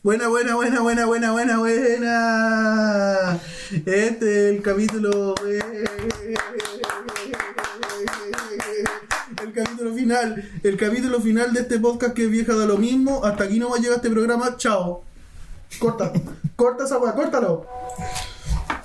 Buena, buena, buena, buena, buena, buena, buena. Este es el capítulo. eh, El capítulo final. El capítulo final de este podcast que es vieja de lo mismo. Hasta aquí no llega este programa. Chao. Corta. Corta esa weá, córtalo.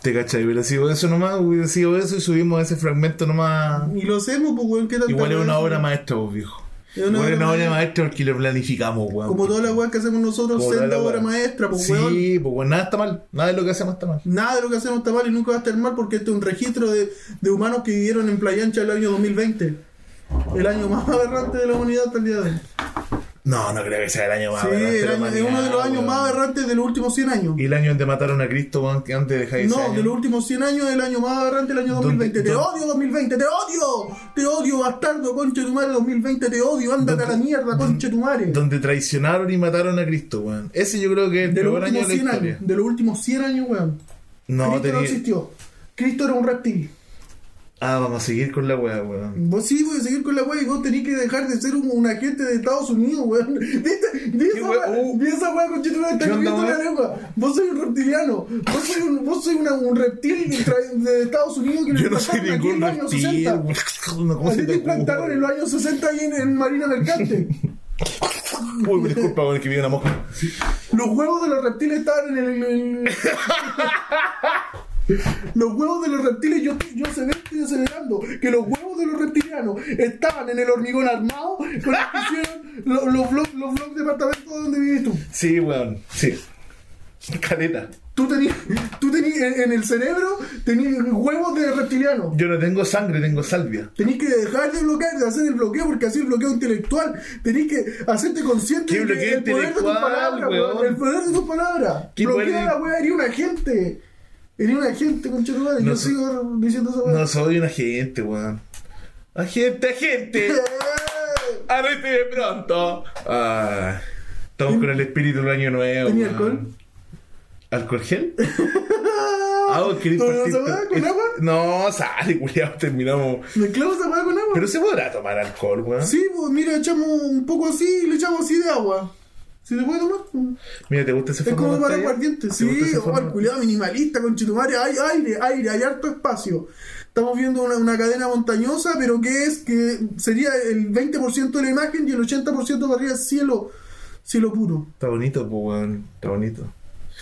¿Te cachai? Hubiera sido eso nomás, hubiera sido eso y subimos ese fragmento nomás. Y lo hacemos, pues, weón. ¿qué tanta Igual es weá una es? obra maestra, vos, viejo. Es Igual es una obra maestra. maestra porque lo planificamos, weón. Como todas las weas que hacemos nosotros, Como ser toda la la obra weá. maestra, pues, weón. Sí, pues weón, nada está mal. Nada de lo que hacemos está mal. Nada de lo que hacemos está mal y nunca va a estar mal porque este es un registro de, de humanos que vivieron en Playa Ancha el año 2020. El año más aberrante de la humanidad hasta el día de hoy. No, no creo que sea el año más sí, aberrante de el la año- es humanidad, uno de los años weón. más aberrantes de los últimos 100 años. Y el año donde mataron a Cristo, weón, que antes de dejar ese No, año. de los últimos 100 años, el año más aberrante, el año ¿Dónde- 2020. ¡Te dónde- odio, 2020! ¡Te odio! ¡Te odio, bastardo, conche tu madre, 2020! ¡Te odio! ¡Ándate a la mierda, conche tu madre! Donde traicionaron y mataron a Cristo, weón. Ese yo creo que es el De los peor año últimos de la 100 historia. años, de los últimos 100 años, weón. No, Cristo no tenía... existió. Cristo era un reptil. Ah, vamos a seguir con la weá, weón. Vos sí, voy a seguir con la weá y vos tenés que dejar de ser un, un agente de Estados Unidos, weón. ¿Viste? Vi ¿Qué esa weá? weá, Uh. vi esa weá con Chitumare, está ¿Qué onda, comiendo la weá? lengua. Vos sois un reptiliano. Vos sois un, vos sois una- un reptil de, tra- de Estados Unidos que Yo le no soy plantaron aquí en ningún los años reptil, 60. weón. No, ¿cómo A se ti te te ocurre, plantaron en weón? los años 60 ahí en, en Marina Mercante. Uy, me disculpa, weón, que vi una mosca. Los huevos de los reptiles estaban en el. en el- los huevos de los reptiles, yo, yo se ve, estoy acelerando, que los huevos de los reptilianos estaban en el hormigón armado con los que hicieron lo- los blogs los blogs departamentos donde vives tú. Sí, weón, sí. Caleta. Tú tenías, tú tenías en, en el cerebro tenías huevos de reptiliano. Yo no tengo sangre, tengo salvia. Tenés que dejar de bloquear, de hacer el bloqueo, porque así el bloqueo intelectual. Tenés que hacerte consciente ¿Qué de que bloqueo el poder de tus intelectual, palabras, weón? weón. El poder de tus palabras. ¿Qué Bloquea poder? la weá, eres un agente. Eres un agente, conchetumare. No Yo sé- sigo diciendo esa weá. No soy un agente, weón. Agente, agente. ¡Eh! Arrete pronto. Ah, estamos con el espíritu del año nuevo. ¿Tenía weón. alcohol? ¿Alcohol gel? Ah, vos querés ¿Pero no partir se puede con eh, agua? No, sale, culiado, terminamos. ¿Mezclamos esa weá con agua? Pero se podrá tomar alcohol, weón. Sí, pues mira, echamos un poco así y le echamos así de agua. Si te puede tomar. Mira, ¿te gusta ese Es fondo como para pantalla? aguardiente, ¿Te sí, gusta ese oh, fondo el culiado minimalista con Chitumare, hay aire, aire, hay harto espacio. Estamos viendo una, una cadena montañosa, pero que es que sería el 20% de la imagen y el 80% para arriba es cielo, cielo puro. Está bonito, pues, weón. Está bonito.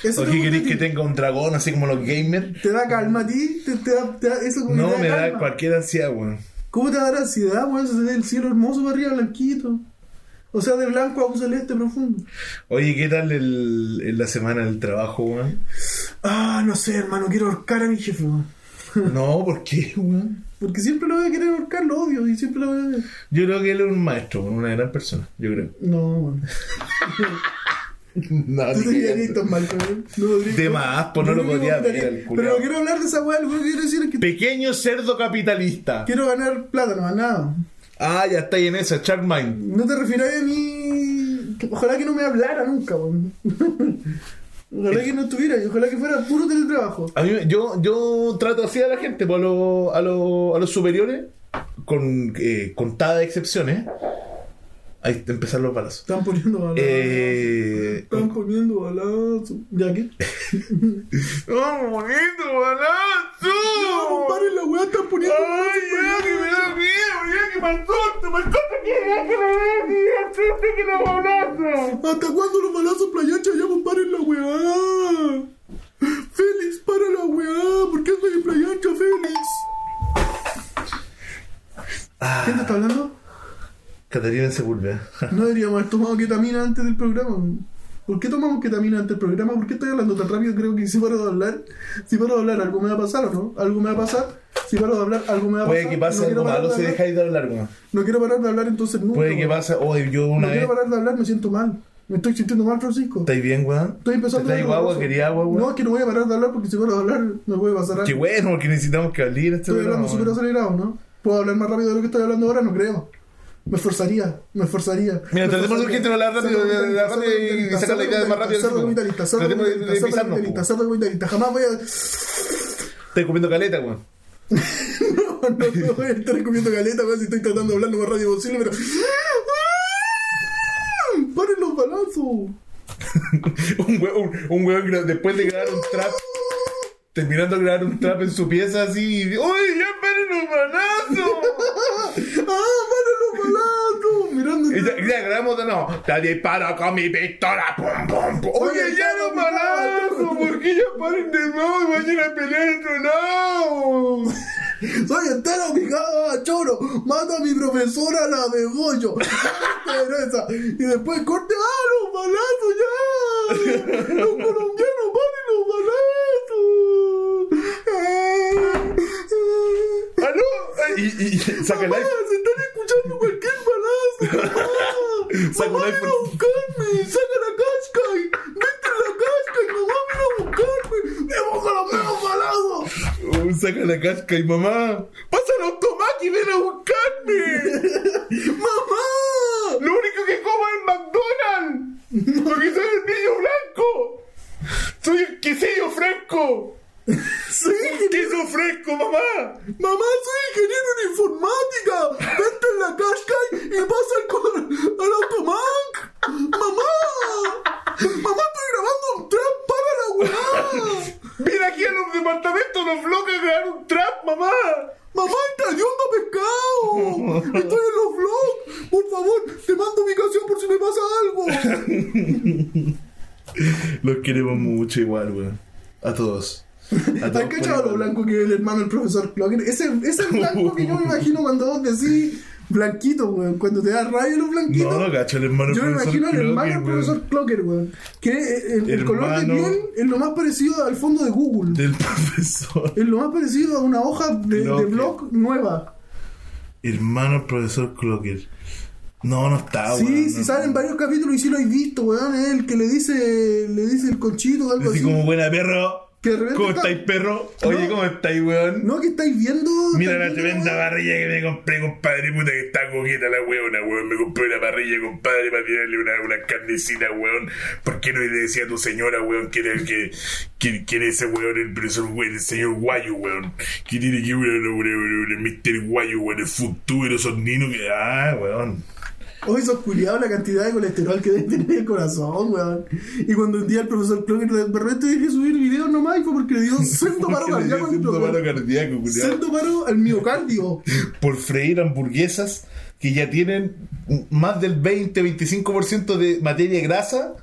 Eso te, ¿Por qué gusta a querés ti? que tenga un dragón así como los gamers? ¿Te da calma a ti, te, te da, te da- eso como que No, te me da calma. cualquier ansiedad, weón. ¿Cómo te dará ansiedad, weón? Se ve el cielo hermoso para arriba, blanquito. O sea, de blanco a un celeste profundo. Oye, ¿qué tal el, en la semana del trabajo, weón? Ah, no sé, hermano, quiero ahorcar a mi jefe, weón. No, ¿por qué, weón? Porque siempre lo voy a querer ahorcar, lo odio, y siempre lo voy a... Yo creo que él es un maestro, weón, una gran persona, yo creo. No, weón. No, Tú ni te cagando. querías tan mal, weón. No podría- De más, pues, no Yo lo creo que podía me ver, gustaría- el Pero culiao. no quiero hablar de esa weá, lo que quiero decir es que Pequeño cerdo capitalista. quiero ganar plata, no nada. Ah, ya está ahí en esa, Shark Mind. No te refieras a mí. Ojalá que no me hablara nunca, weón. Ojalá que no estuviera, y ojalá que fuera puro teletrabajo. A mí, yo, yo trato así a la gente, pues, a, los- a, los- a los superiores, con eh, contadas excepciones. Ahí te empezaron los balazos. Están poniendo balazo. Eh, Están poniendo balazo. ¿Ya qué? ¡Oh, bonito No, balazo! compadre, la weá están poniendo balazo. ¡Ay, ya que me da miedo! ¡Ya que malcorto! ¡Malcorto! ¡Que ya que me da miedo! ¡Suerte que lo balazo! ¿Hasta cuándo los balazos playancha ya comparen la weá? Félix, para la weá, ¿por qué es playancha, Félix? Ah. ¿Quién te está hablando? Caterina Sepúlveda. No deberíamos haber tomado ketamina antes del programa. ¿Por qué tomamos ketamina antes del programa? ¿Por qué estoy hablando tan rápido? Creo que si paro de hablar, si paro de hablar, algo me va a pasar, ¿o no? Algo me va a pasar. Si paro de hablar, algo me va a pasar. Puede que no pase quiero algo parar malo de si hablar. dejáis de hablar, weón. No quiero parar de hablar, entonces nunca. Puede que weón. pase. Oye, yo No una vez. quiero parar de hablar, me siento mal. Me estoy sintiendo mal, Francisco. ¿Estáis bien, weón? Estoy empezando ¿Te a estáis dar guagua? un ¿Quería agua, abrazo. No, weón? es que no voy a parar de hablar porque si paro de hablar me puede pasar algo. Qué bueno, porque necesitamos que hablar este Estoy hablando programa, súper weón. acelerado, ¿no? ¿Puedo hablar más rápido de lo que estoy hablando ahora? No creo. Me esforzaría, me esforzaría. Mira, Me esforzaría. tratemos de urgente de hablar rápido, Cerdo de- de- de- capitalista, rápido cerdo y capitalista, sacar la idea cerdo más rápido capitalista, Cerdo del capitalista, cerdo círculo. Tratemos de- de capitalista, cerdo pisarnos, capitalista, po. cerdo capitalista. Jamás voy a... Estáis comiendo caleta, weón. No, no, no voy a estar comiendo galeta, weón, si estoy tratando de hablar ¡Ah! lo más rápido posible, pero... ¡Paren los ¡Ah! balazos! un hueón, un, un hueón gra- después de grabar un trap, terminando de grabar un trap en su pieza así, y, ¡Uy, ya paren un manazo! ¡Ah, mano, los balazos! Mirando. Y ya, ya grabamos de nuevo. Te disparo con mi pistola. Pum, pum, pum. Oye, ya no parazo. ¿Por qué ya paren de nuevo? Y vayan a pelear en otro lado. Soy entero picado a choro. Mato a mi profesora, la de Goyo. Teresa. Y después corte. ¡Ah, los balazos ya! ¡Los colombianos paren los balazos! ¡Ah! ¿Aló? Y, y, y saca el Mamá, iPhone. Ah, se están escuchando cualquier balazo. mamá. Saca un mamá, ven a iPhone. buscarme. Saca la casca y vete a la casca y mamá, ven a buscarme. Dibuja los mismos balazos. Uh, Saca la casca y mamá. Pásanos tomate y ven a buscarme. ¡Mamá! Lo único que como es McDonald's. Porque soy el niño blanco. Soy el quesillo fresco. Soy Un ingeniero. queso fresco, mamá. Mamá, soy ingeniero en informática. Vente a la casca y pasa al, co- al automac. Mamá. Mamá, estoy grabando un trap para la weá. Mira aquí a los departamentos, los bloques crearon un trap, mamá. Mamá, está hediondo pescado. Estoy en los vlogs. Por favor, te mando ubicación por si me pasa algo. Los queremos mucho igual, weón. A todos. A ¿Has cachado lo por igual. blanco que es el hermano del profesor Clocker? Ese ese es el blanco que yo me imagino cuando vos decís blanquito, weón. Cuando te da rabia los blanquitos. No, no cacho, el hermano Yo me profesor imagino al hermano del Clocker, profesor Clocker, weón. Que eh, el, el color de Hermano. piel es lo más parecido al fondo de Google. weón. Del profesor. Es lo más parecido a una hoja de, de Clocker. blog nueva. Hermano del profesor Clocker. No, no está, sí, weón. sí Ah, no. salen varios capítulos y sí lo he visto, weón. Es el que le dice, le dice el conchito o algo Así así. como buena perro. Que de repente ¿Cómo está- estáis, perro? Oye, No. ¿cómo estáis, weón? No, que estáis viendo. Mira la estáis viendo, tremenda weón. parrilla que me compré, compadre. Puta que está coqueta la weona, weón. Me compré una parrilla, compadre, para tirarle una, una carnecita, weón. ¿Por qué no le decía a tu señora, weón, que era el que, que, que era ese weón, el profesor, weón, el señor Guayo, weón? Que tiene que ver una, una, una, una, Mr. Guayo, weón, el futuro sonino que. Ah, weón. Hoy sos culiado la cantidad de colesterol que debe tener el corazón, weón. Y cuando un día el profesor Clocker de repente dejé subir videos nomás y fue porque le dio sendo paro Porque le dio cardíaco al sendo paro microcardio. cardíaco, culiao. Sendo paro al miocardio. por freír hamburguesas que ya tienen más del 20-25% de materia grasa,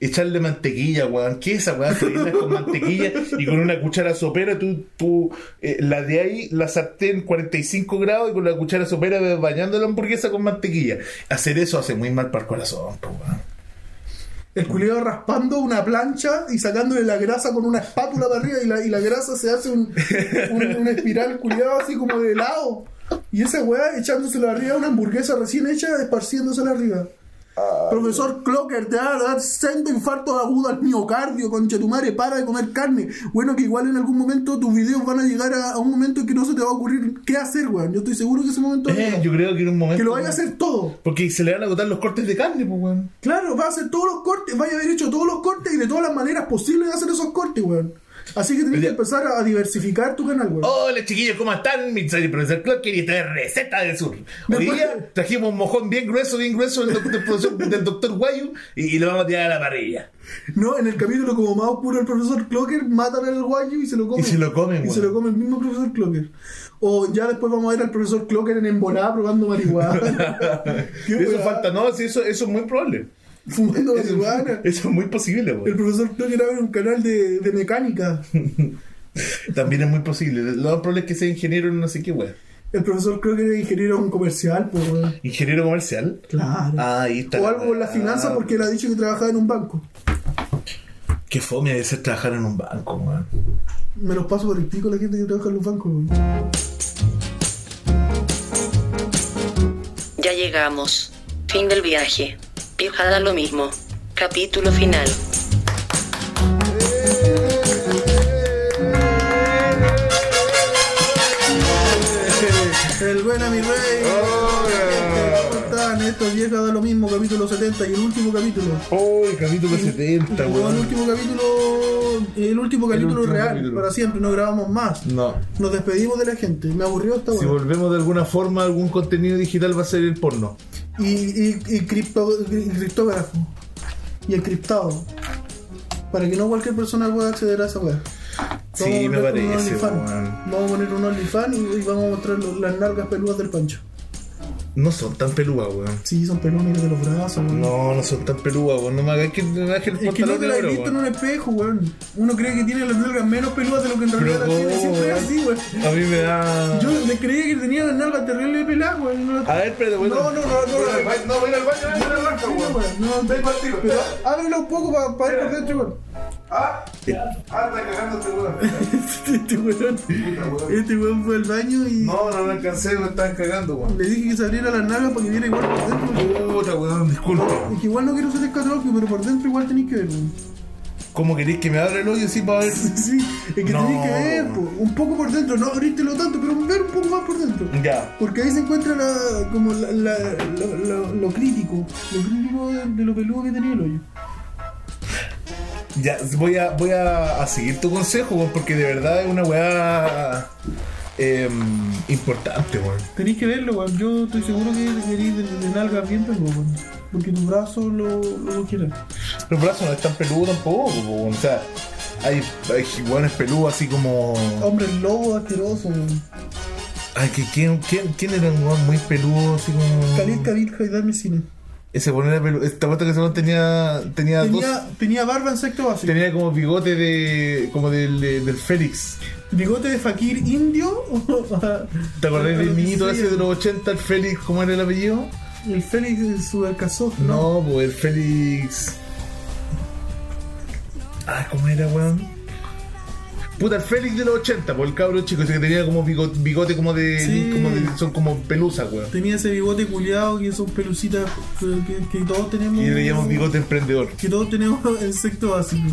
echarle mantequilla, weón. ¿Qué es esa weón? Freírlas con mantequilla y con una cuchara sopera, tú, tú eh, la de ahí, la sartén 45 grados y con la cuchara sopera bañando la hamburguesa con mantequilla. Hacer eso hace muy mal para el corazón, po, weón. El culiado raspando una plancha y sacándole la grasa con una espátula para arriba y la, y la grasa se hace un, un- una espiral culiado así como de helado. Y esa weá echándosela arriba una hamburguesa recién hecha, esparciéndosela arriba. Profesor Clocker, te va a dar sendo infarto agudo al miocardio, concha tu madre, para de comer carne. Bueno, que igual en algún momento tus videos van a llegar a, a un momento en que no se te va a ocurrir qué hacer, weón. Yo estoy seguro que ese momento va a Eh, llegar. yo creo que en un momento. que lo vaya a weón, hacer todo. Porque se le van a agotar los cortes de carne, pues, weón. Claro, va a hacer todos los cortes, vaya a haber hecho todos los cortes y de todas las maneras posibles de hacer esos cortes, weón. Así que tenés que Oye. empezar a, a diversificar tu canal, weón. Hola chiquillos, ¿cómo están? Mi soy el profesor Clocker y esta es Receta del Sur. Hoy Después- día trajimos un mojón bien grueso, bien grueso del doctor, del profesor- del doctor Guayu y, y lo vamos a tirar a la parrilla. No, en el capítulo como más oscuro el profesor Clocker, matan al guayo y se lo comen. Y se lo comen, Y weón. se lo come el mismo profesor Clocker. O ya después vamos a ver al profesor Clocker en embolada probando marihuana. Qué eso weá, falta, no, sí, eso, eso es muy probable. Fumando Eso, marihuana. eso es muy posible, güey. El profesor Clocker abre un canal de, de mecánica. También es muy posible. Lo más probable es que sea ingeniero en no sé qué, güey. El profesor Clocker es ingeniero en un comercial, pues, weón. Ingeniero comercial. Claro. Ah, ahí está. o algo con las finanzas Ah, porque él ha dicho que trabajaba en un banco. Qué fome debe ser trabajar en un banco, güey. Me los paso por el pico la gente que trabaja en los bancos. weón. Ya llegamos. Fin del viaje. Pijada lo mismo. Capítulo final. El buen mi rey. Oh. ¿Cómo están? Esto es vieja da lo mismo, capítulo 70 y el último capítulo. Oh, el capítulo 70, No, el güey. último capítulo, el último capítulo último real, capítulo. para siempre, no grabamos más. No. Nos despedimos de la gente, me aburrió esta Si hora. volvemos de alguna forma, algún contenido digital va a ser el porno. Y, y, y cripto- y criptógrafo. y encriptado. Para que no cualquier persona pueda acceder a esa weá. Vamos Sí, a me poner un parece, OnlyFans. weón. Vamos a poner un OnlyFans y, y vamos a mostrar los- las largas peludas del pancho. No son tan pelúas, weón. Sí, son pelones de los brazos, weón. No, no son tan pelúas, weón. No me hagas que me hagas el Es que no te pantalón de la has oro, visto en un weón. espejo, weón. Uno cree que tiene las nalgas menos peludas de lo que en realidad las Pero tiene. cómo, Siempre es weón. así, weón. A mí me da. Yo le creía que tenía las nalgas terribles peladas, weón. No, A ver, espérate, weón. no, no, no, no, Voy al no. baño, No, voy al baño, voy al baño, weón. No, Ven contigo, pero espera. ábrelo un poco para ir por dentro, weón. Ah, ah, está cagándote, weón. Este weón, este weón fue al baño y No, no lo alcancé, me estaban cagando, weón. le dije que se abriera las nalgas para que viera igual por dentro. Puta, weón, disculpa. Es que igual no quiero ser escatológico, pero por dentro igual tenéis que ver, weón. ¿Cómo queréis que me abra el hoyo? Sí, para ver. Sí, es que No. tenéis que ver, po, un poco por dentro, no abrírtelo tanto, pero ver un poco más por dentro. Ya. Porque ahí se encuentra la, como la, la- lo, lo- lo crítico, lo crítico de, de lo peludo que tenía el hoyo. Ya, voy a, voy a, a seguir tu consejo, weón, porque de verdad es una weá em, importante, weón. Tenéis que verlo, weón. Yo estoy seguro que queréis de, de nalgas bien peludas, weón. Porque tus brazos lo, lo quieren. Los brazos no están peludos tampoco, weón. O sea, hay, hay weones peludos así como. Hombre, el lobo asqueroso, weón. Ay, que quién, quién, quién era un weón muy peludo así como. Khalid Khalid Haidar Messina. Ese weón era peludo. Esta que ese weón tenía. Tenía, dos. Tenía, tenía barba en sexto básico. Tenía como bigote de. como del, de- del Félix. ¿Bigote de fakir indio? ¿Te acordás del niñito Sí, ese de los 80, el Félix? ¿Cómo era el apellido? El Félix Sudarcazó. No, pues el Félix. Ah, ¿cómo era, weón? Puta, el Félix de los 80, por el cabro chico, ese que tenía como bigote, bigote como de. Sí. como de- son como pelusas, weón. Tenía ese bigote culiado y esos pelucitas que, que todos tenemos. Y le llamamos bigote emprendedor. Que todos tenemos el sexto básico.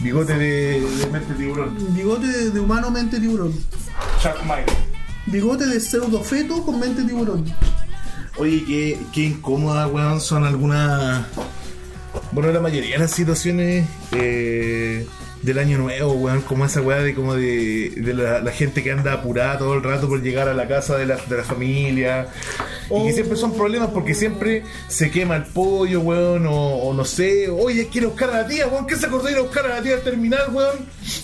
Bigote de. de mente tiburón. Bigote de, de humano, mente tiburón. Chuck Mike. Bigote de pseudofeto con mente tiburón. Oye, qué, qué incómoda, weón, son algunas. Bueno, la mayoría de las situaciones eh, del año nuevo, weón, como esa weá de como de, de la, la gente que anda apurada todo el rato por llegar a la casa de la, de la familia. Y que siempre son problemas porque siempre se quema el pollo, weón, o, o no sé. Oye, hay que ir a buscar a la tía, weón, ¿qué se acordó de ir a buscar a la tía al terminal, weón?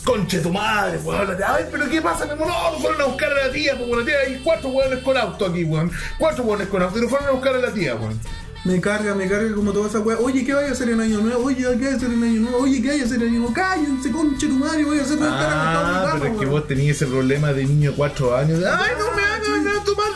Conche tu madre, weón. Ay, pero ¿qué pasa? mi amor? No, no fueron a buscar a la tía, porque la tía hay cuatro weones con auto aquí, weón. Cuatro weones con auto y no fueron a buscar a la tía, weón. Me carga, me carga como toda esa weá. Oye, ¿qué vaya a hacer en año nuevo? Oye, ¿qué vaya a hacer en año nuevo? Oye, ¿qué vaya a hacer en año nuevo? Cállense, conche tu madre, voy a hacer estar acostado en mi Ah, cama, pero es que weón. vos tenías ese problema de niño de 4 años. ¡Ay, no me hagan no tomar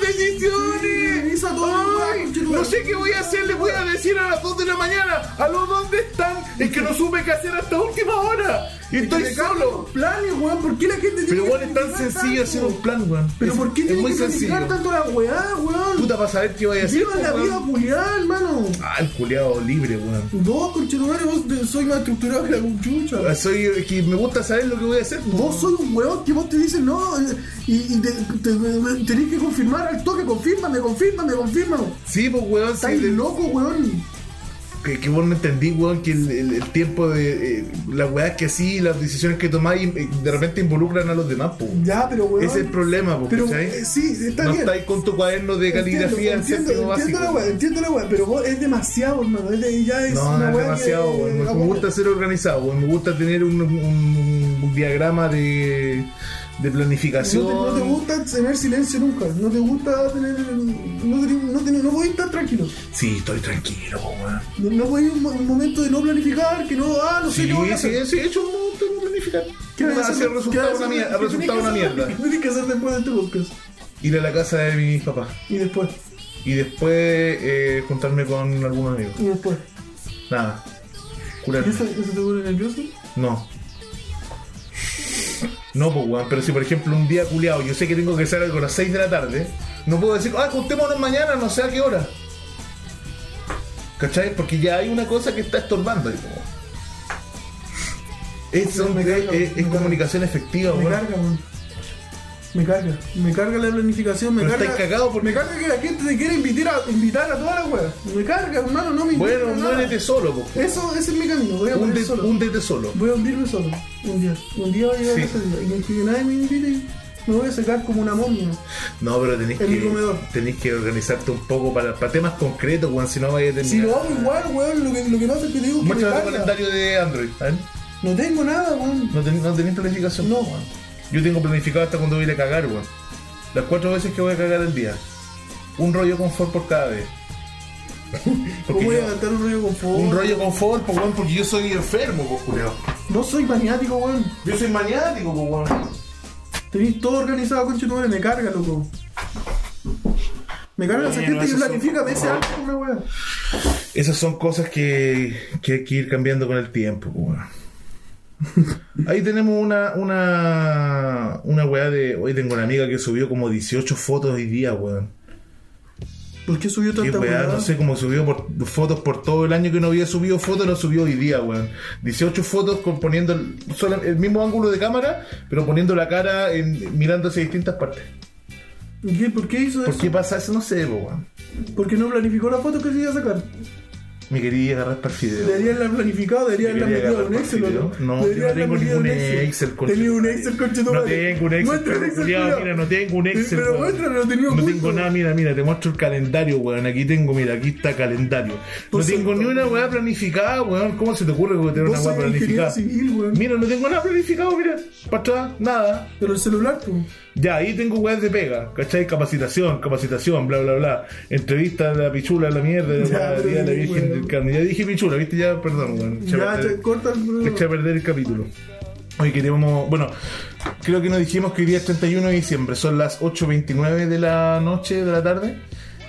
Sí, decisiones! hizo todo, Ay, conchetumare. no sé qué voy a hacer, les voy a decir a las 2 de la mañana. ¿A los dónde están? Es que no supe qué hacer hasta última hora. Y Es que estoy me cargan solo. los Planes, weón, ¿por qué la gente tiene Pero que igual es tan planificar sencillo tanto? hacer un plan, weón. Pero Es- ¿por qué Es tiene muy que sencillo. planificar tanto la weá, weón? Puta, para saber qué voy a hacer. pues, Llevan la weón. vida culiada, hermano. Ah, el culiado libre, weón. Vos, conchetumare, vos de- soy más estructurado que la conchucha. Soy, es que me gusta saber lo que voy a hacer. weón. Vos soy un weón que vos te dicen no eh, y, y te, te- te- tenés que confirmar al toque, confírmame, confírmame, confírmame. Sí, pues, weón. sí, Estáis de- loco, weón. que, que vos no entendí, weón, que el, el- el tiempo de eh, las weas que así, las decisiones que tomáis, eh, de repente involucran a los demás, po. Ya, pero weón. Ese es el problema, po, Pero ¿cachai? eh, sí, está No bien. estáis con tu cuaderno de caligrafía en entiendo, séptimo entiendo, básico. la weá, entiendo la weá, pero vos es demasiado, hermano. Es de- ya es No, una no es weá demasiado, que- weón. Me- la Me weá. gusta ser organizado, weón. Me gusta tener un, un- un diagrama de, de No te, planificación. no te gusta tener silencio nunca, no te gusta tener. No, tenés- no, tenés- no podés estar tranquilo. Sí, estoy tranquilo, po, weón. No, no podés un, mo- un momento de no planificar, que no, ah, no sé Sí, qué voy a sí, hacer. sí, he hecho un montón de planificar. ¿Qué vas a Ha hacer? sido el ¿Qué vas resultado a una hacer? mierda. ha ¿Qué tenés resultado que una hacer? mierda. ¿Qué tenés que hacer después de este podcast? Ir a la casa de mis papás. Y después, Y después eh, juntarme con algún amigo. y después. Nada. ¿Y Curarme. eso, eso te pone nervioso? No. No, pues weón, pero si por ejemplo un día culiado, yo sé que tengo que salir algo a las 6 de la tarde, no puedo decir, ah, juntémonos mañana, no sé a qué hora. ¿Cachai? Porque ya hay una cosa que está estorbando. ahí, como. Es, son- Me carga, es- es me carga. comunicación efectiva, Me weón. carga, man. Me carga, me carga la planificación, me Pero carga. estáis cagados por Me mí. carga que la gente te quiera invitar a, invitar a todas las weas. Me carga, hermano, no me invita Bueno, a nada. muérete solo, pues. Eso, ese es mi camino, voy a morir Húndete solo. húndete este solo. Voy a hundirme solo, un día. Un día va a llegar Sí. ese día. Y que nadie me invite, Me voy a secar como una momia. No, pero tenéis En mi que, comedor. tenéis que organizarte un poco para, para temas concretos, weón, si no vais a terminar. Si lo hago igual, weón, lo que, lo que pasa es que te digo que me Muéstrame tu carga. calendario de Android, a ver. No tengo nada, weón. No, ten- no tenéis planificación. No. weón. Yo tengo planificado hasta cuando voy a ir a cagar, weón. Las cuatro veces que voy a cagar al día. Un rollo confort por cada vez. ¿Cómo Porque voy a yo- cantar un rollo con fuego? un rollo confort, pues, weón, porque yo soy enfermo, pues, culiao. No soy maniático, weón. Yo soy maniático, pues, weón. Tenéis todo organizado, conche tu madre, me carga, loco. Me carga esa Oye, no, gente que eso es planifica meses antes con una weá. Esas son cosas que, que hay que ir cambiando con el tiempo, pues, weón. Ahí tenemos una, una, una weá de. Hoy tengo una amiga que subió como 18 fotos hoy día, weón. ¿Por qué subió Qué tanta weá, weá? no sé cómo subió por, fotos por todo el año que no había subido fotos, lo subió hoy día, weón. 18 fotos con, poniendo el, solo- el mismo ángulo de cámara, pero poniendo la cara en, mirándose distintas partes. ¿Y qué- ¿Por qué hizo ¿Por eso? qué pasa eso? No sé, po, weón. Porque no planificó la foto que se iba a sacar. Me quería agarrar para el fideo. Deberían haberla planificado, deberían Yo haberla quería metido en un agarrar Excel, partido. loco. No, Deberían yo no haberla tengo metido en ningún Excel, conche Tenía un tu madre. Excel, conche tu No madre. tengo un Excel, Muestra el pero, Excel, culiao, culiao. Eh, mira, no tengo un Excel, Pero weón. muéstralo, lo tenía No oculto. tengo nada, mira, mira, te muestro el calendario, weón. Aquí tengo, mira, aquí está calendario. No Vos tengo soy- ni una weá planificada, weón. ¿Cómo se te ocurre que voy a tener Vos una weá soy ingeniero planificada? civil, weón. Mira, no tengo nada planificado, mira. Para atrás, nada. Pero el celular, tú. Ya, ahí tengo weas de pega, ¿cachai? Capacitación, capacitación, bla, bla, bla. Entrevista de la pichula, de la mierda, de Ya, la, pero día de la sí, Virgen weón. del Carmen. Ya dije pichula, ¿viste? Ya, perdón, weón. Ya, Chaval, te corta le eché a el. Este perder el capítulo. Hoy queríamos, bueno, creo que nos dijimos que hoy día es 31 de diciembre, son las 8.29 de la noche, de la tarde,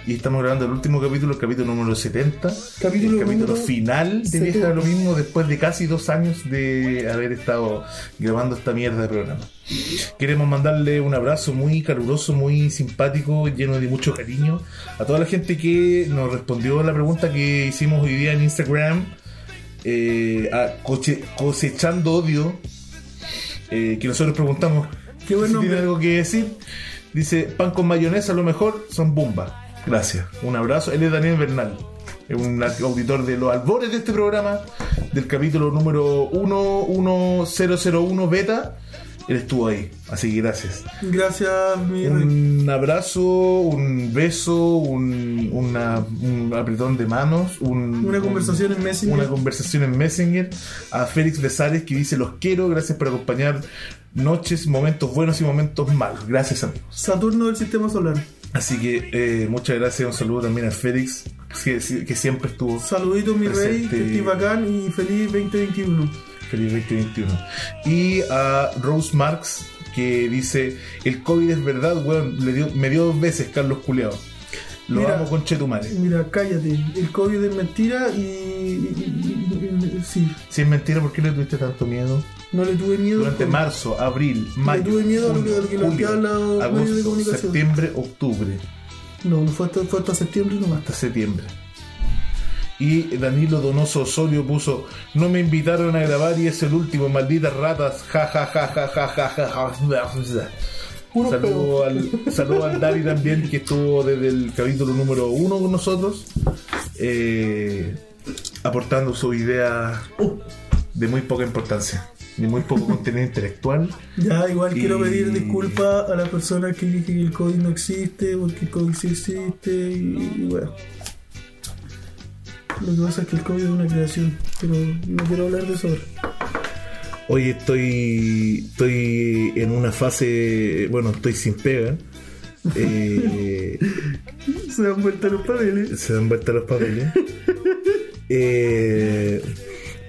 y estamos grabando el último capítulo, el capítulo número 70, Capítulo el capítulo número final de 70. Vieja de lo mismo, después de casi dos años de haber estado grabando esta mierda de programa. Queremos mandarle un abrazo muy caluroso, muy simpático, lleno de mucho cariño a toda la gente que nos respondió a la pregunta que hicimos hoy día en Instagram eh, a coche- cosechando odio, eh, que nosotros preguntamos Qué buen si tiene nombre. algo que decir. Dice, pan con mayonesa a lo mejor son bomba. Gracias. Un abrazo. Él es Daniel Bernal. Es un auditor de los albores de este programa, del capítulo número 11001 beta. Él estuvo ahí. Así que gracias. Gracias, mi rey. Un abrazo, un beso, un, una- un apretón de manos, un- Una conversación en Messenger. Una conversación en Messenger. A Félix Besares que dice: Los quiero, gracias por acompañar noches, momentos buenos y momentos malos. Gracias, amigos. Saturno del sistema solar. Así que eh, muchas gracias. Un saludo también a Félix, que, que siempre estuvo Saluditos, mi rey. Presente. Que estés bacán y feliz 2021. Feliz 2021. Y a Rose Marx que dice: El COVID es verdad, weón. le dio- me dio dos veces, Carlos Culeado. Lo Mira. amo con Chetumare. Mira, cállate. El COVID es mentira y. y- y- y- sí. Si es mentira, ¿por qué le tuviste tanto miedo? No le tuve miedo. Durante al COVID. marzo, abril, mayo, tuve miedo a lo que- junio, a lo que- a lo que julio, hablan los medios de agosto, comunicación. septiembre, octubre, No, no fue hasta, fue hasta septiembre nomás. hasta septiembre. Y Danilo Donoso Osorio puso, no me invitaron a grabar y es el último, malditas ratas, ja ja ja ja ja ja ja ja, ja". Puro Saludo al, saludo al Dari también, que estuvo desde el capítulo número uno con nosotros, eh, aportando su idea de muy poca importancia, de muy poco contenido intelectual. Ya, igual Y- quiero pedir disculpas a las personas que dije que el COVID no existe, porque el COVID sí existe, y, y bueno. Lo que pasa es que el COVID es una creación, pero no quiero hablar de eso ahora. Hoy estoy, estoy en una fase, bueno, estoy sin pega. Eh, Se dan vuelta los papeles. se dan vuelta los papeles. Eh,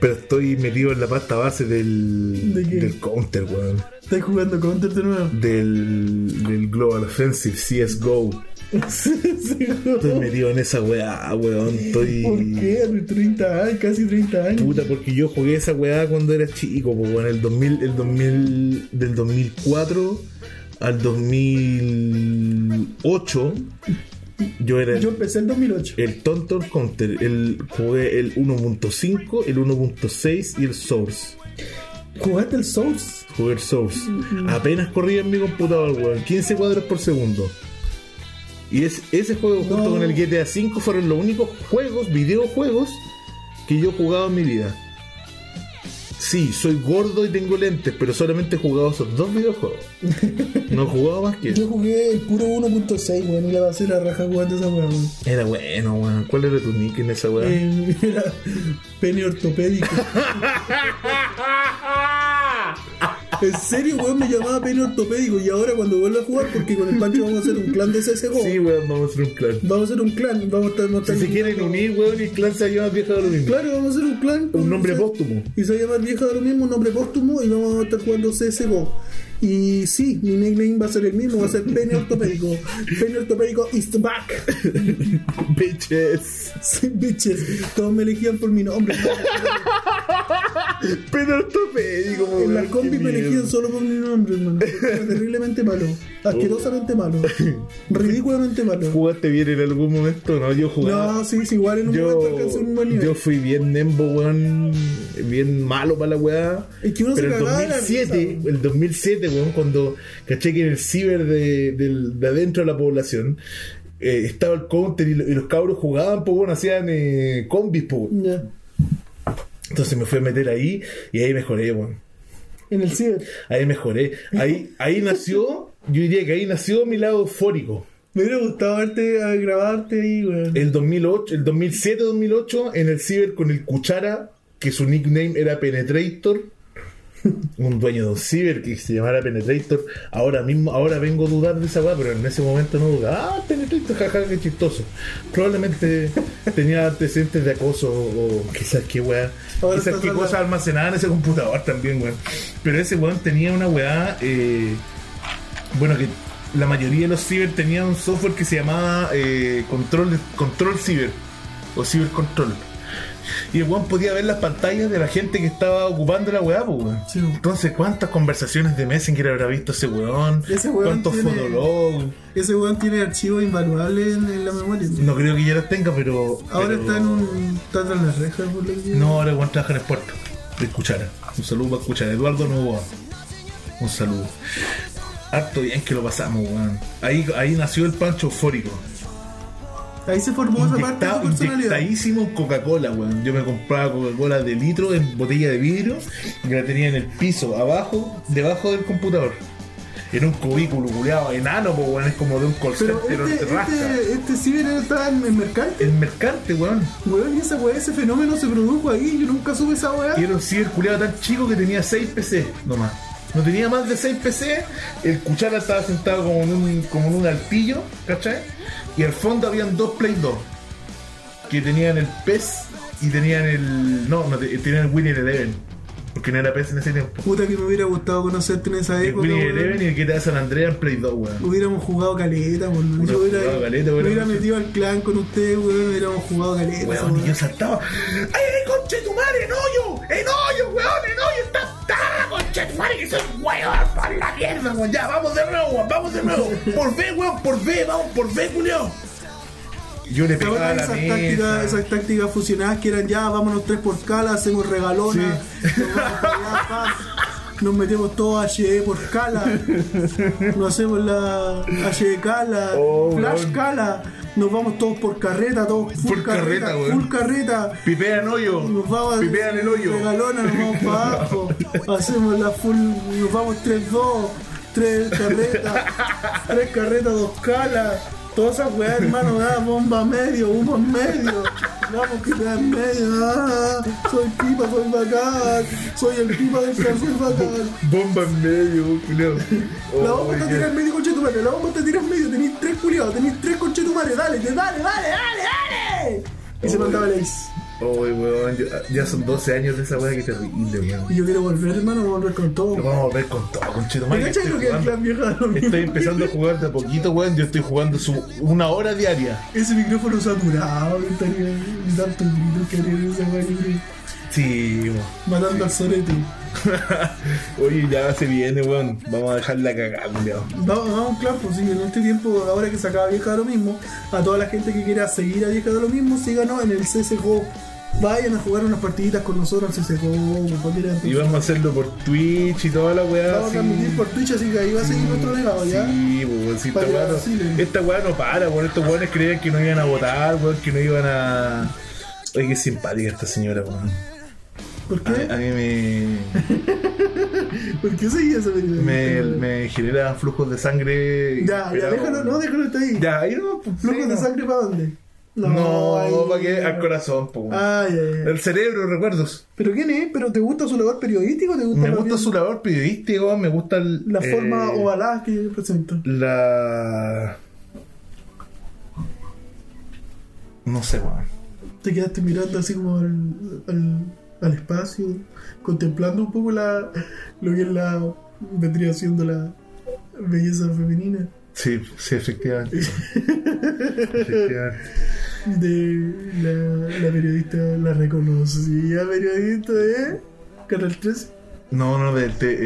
pero estoy metido en la pasta base del, ¿De qué? del counter, weón. Estás jugando Counter de nuevo. Del, del Global Offensive, CSGO. Estoy metido en esa weá, weón. Estoy... ¿Por qué? A mis 30 años, casi 30 años. Puta, porque yo jugué esa weá cuando era chico, pues weón, el 2000, el 2000, del 2004 al 2008, yo era Yo el, empecé en 2008. el Tonton Counter, el, jugué el 1.5, el 1.6 y el Source. ¿Jugaste el Souls? Jugué el Source. Mm-hmm. Apenas corría en mi computador, weón, 15 cuadros por segundo. Y es, ese juego junto No. con el GTA V fueron los únicos juegos, videojuegos, que yo he jugado en mi vida. Sí, soy gordo y tengo lentes, pero solamente he jugado esos dos videojuegos. No he jugado más que Yo eso. jugué el puro 1.6, weón, y la pasé la raja jugando esa weón. Era bueno, weón. ¿Cuál era tu nick en esa weá? Eh, era pene ortopédico. En serio, weón, me llamaba pene ortopédico y ahora cuando vuelva a jugar, porque con el Pancho vamos a hacer un clan de CSGO. Sí, weón, vamos a hacer un clan. Vamos a hacer un clan, vamos a estar vamos a Si estar- se quieren unir, weón, y el clan se llama vieja de lo mismo. Claro, vamos a hacer un clan. con- Un nombre póstumo. Y se va a llamar vieja de lo mismo, un nombre póstumo y vamos a estar jugando CSGO. Y sí, mi nickname va a ser el mismo, va a ser pene ortopédico. Pene ortopédico is back. Bitches. Sí, bitches. Todos me elegían por mi nombre. Pero ortopédico, weón. En la Oh, qué combi me mierda. elegían solo por mi nombre, hermano. Era terriblemente malo. Oh. Asquerosamente malo. Ridículamente malo. ¿Jugaste bien en algún momento? No, yo jugaba. No, sí, sí, igual en un momento alcancé un buen yo, yo nivel. fui bien nembo, weón, bien malo para la weá. Es que uno se Pero el cagaba de la 2007, risa. el 2007, weón, cuando caché que en el ciber de, del- de adentro de la población eh, estaba el counter y, lo- y los cabros jugaban, pues, weón, hacían eh, combis, pues. weón. Ya. Entonces me fui a meter ahí y ahí mejoré, weón. En el ciber. Ahí mejoré. Ahí, ahí nació, yo diría que ahí nació mi lado eufórico. Me hubiera gustado verte, a grabarte ahí, weón. El 2008, el 2007, 2008 en el ciber con el Cuchara, que su nickname era Penetrator. Un dueño de un ciber que se llamara Penetrator. Ahora mismo, ahora vengo a dudar de esa weá, pero en ese momento no dudaba. Ah, Penetrator, jaja, qué chistoso. Probablemente tenía antecedentes de acoso o quizás qué weá. Ahora Quizás está qué sola. cosa almacenada en ese computador también, weón. Pero ese weón tenía una weá. eh, bueno, que la mayoría de los ciber tenían un software que se llamaba eh, control, control ciber o ciber control. Y el weón podía ver las pantallas de la gente que estaba ocupando la weá, pues, weón. Sí. Entonces, ¿cuántas conversaciones de Messenger habrá visto ese weón? Ese weón ¿Cuántos tiene- fotolog? Ese weón tiene archivos invaluables en, en la memoria. No creo que ya las tenga, pero. Ahora pero- está en un. está tras las rejas, por la que- No, ahora el weón trabaja en el puerto. De Cuchara. Un saludo para Cuchara. Eduardo Novoa. Un saludo. Harto bien que lo pasamos, weón. Ahí, ahí nació el pancho eufórico. Ahí se formó esa parte de Inyecta- tu personalidad. inyectadísimo en Coca-Cola, weón. Yo me compraba Coca-Cola de litro en botella de vidrio que la tenía en el piso, abajo, debajo del computador. Era un cubículo culeado, enano, po, weón. Es como de un call Pero center, este, te rasca. este, este ciber estaba en el mercante, El mercante, weón. weón, y esa weá, ese fenómeno se produjo ahí. Yo nunca supe esa weá. Y era un ciber culeado tan chico que tenía 6 PC nomás. No tenía más de 6 PC, el cuchara estaba sentado como en un, como en un altillo, ¿cachai? Y al fondo habían dos Play 2, que tenían el PES y tenían el... No, no te- tenían el Winning Eleven, porque no era PES en ese tiempo. Puta que me hubiera gustado conocerte en esa El época. Winning pues, weón. Eleven y el que era San Andreas en Play 2, weón. Hubiéramos jugado caleta, weón. Yo hubiera, jugado caleta, me hubiéramos hubiera hecho- metido al clan con ustedes, weón. Hubiéramos jugado caleta. esa Weón, y weá. yo saltaba. ¡Ay, ay, conche tu madre, en hoyo! ¡En hoyo, weón, en hoyo! ¡Está tarra, conche tu madre! ¡Que soy weón para la mierda, weón! ¡Ya, vamos de nuevo, weón! ¡Vamos de nuevo! ¡Por B, weón! ¡Por B! ¡Vamos por B, culiao! Yo le ¿Te pegaba a acuerdas la esas tácticas, mesa. esas tácticas fusionadas que eran ya, vámonos tres por cala, hacemos regalona, nos vamos para allá, pa, nos metemos todo a HE por cala, nos hacemos la HE cala, Oh, flash weón. cala, nos vamos todos por carreta, todos full, Full carreta, carreta, weón. full carreta. Pipean hoyo. Nos vamos Pipean el hoyo. Regalona, nos vamos para abajo. Hacemos la full. Nos vamos 3-2. 3 carretas. 3 carretas, 2 calas. Todas esas weas, hermano. Ah, bomba medio, humo en medio. Vamos que te en medio. Ah, soy pipa, soy bacán. Soy el pipa del café bacán. Bomba en medio, culiao. La Oh, bomba te tira en qué- medio, conchetumare. La bomba te tira en medio. Tenéis 3 culiados, tenéis 3 conchetumare. Dale, te dale, dale, dale, dale. Y se Oh, mandaba el ace. Oh, weón, yo- ya son 12 años de esa weá que terrible, weón. Y yo quiero volver, hermano, voy a volver con todo. Lo vamos a volver con todo, conche tu ¿Me madre. este que cachai estoy lo que es el jugando. clan vieja de lo mismo? Estoy empezando a jugar de a poquito, weón. Yo estoy jugando su una hora diaria. Ese micrófono saturado, que estaría tanto grito que haría en esa weá que- Sí, weón. matando al sorete. Oye, ya se viene, weón. Vamos a dejar la cagada, culiao. Vamos, vamos, claro, pues sí, en este tiempo, ahora que sacaba Vieja de lo mismo, a toda la gente que quiera seguir a Vieja de lo mismo, síganos en el CSGO. Vayan a jugar unas partiditas con nosotros en CSGO, por cualquiera de Y nosotros. vamos a hacerlo por Twitch y toda la weá. Vamos a sí. transmitir por Twitch, así que ahí va a seguir nuestro legado, ¿ya? Sí, weón, sí, esta Para weá, Chile. no, esta weá no para, weón. Estos weones creían que no iban a votar, weón, que no iban a. Oye, qué simpática esta señora, weón. ¿Por A, a qué? mí me, ¿Por qué seguía esa película? me, me genera flujos de sangre. Ya, ya, inesperados, déjalo, weón. no, déjalo hasta ahí. Ya, ahí no. pues, ¿Flujos sí, de no. sangre para dónde? No, ahí- para qué, al corazón, po, weón. Ay, ay, ay. El cerebro, recuerdos. ¿Pero quién es? ¿Pero te gusta su labor periodístico? ¿Te gusta Me más gusta bien su labor periodístico, me gusta el- la eh, forma ovalada que presenta? La. No sé, weón. Te quedaste mirando así como al, al, al espacio, contemplando un poco la, lo que es la, vendría siendo la belleza femenina Sí, sí, efectivamente. efectivamente. de la, la periodista, la reconocida periodista de Canal 13. No, no, del, T-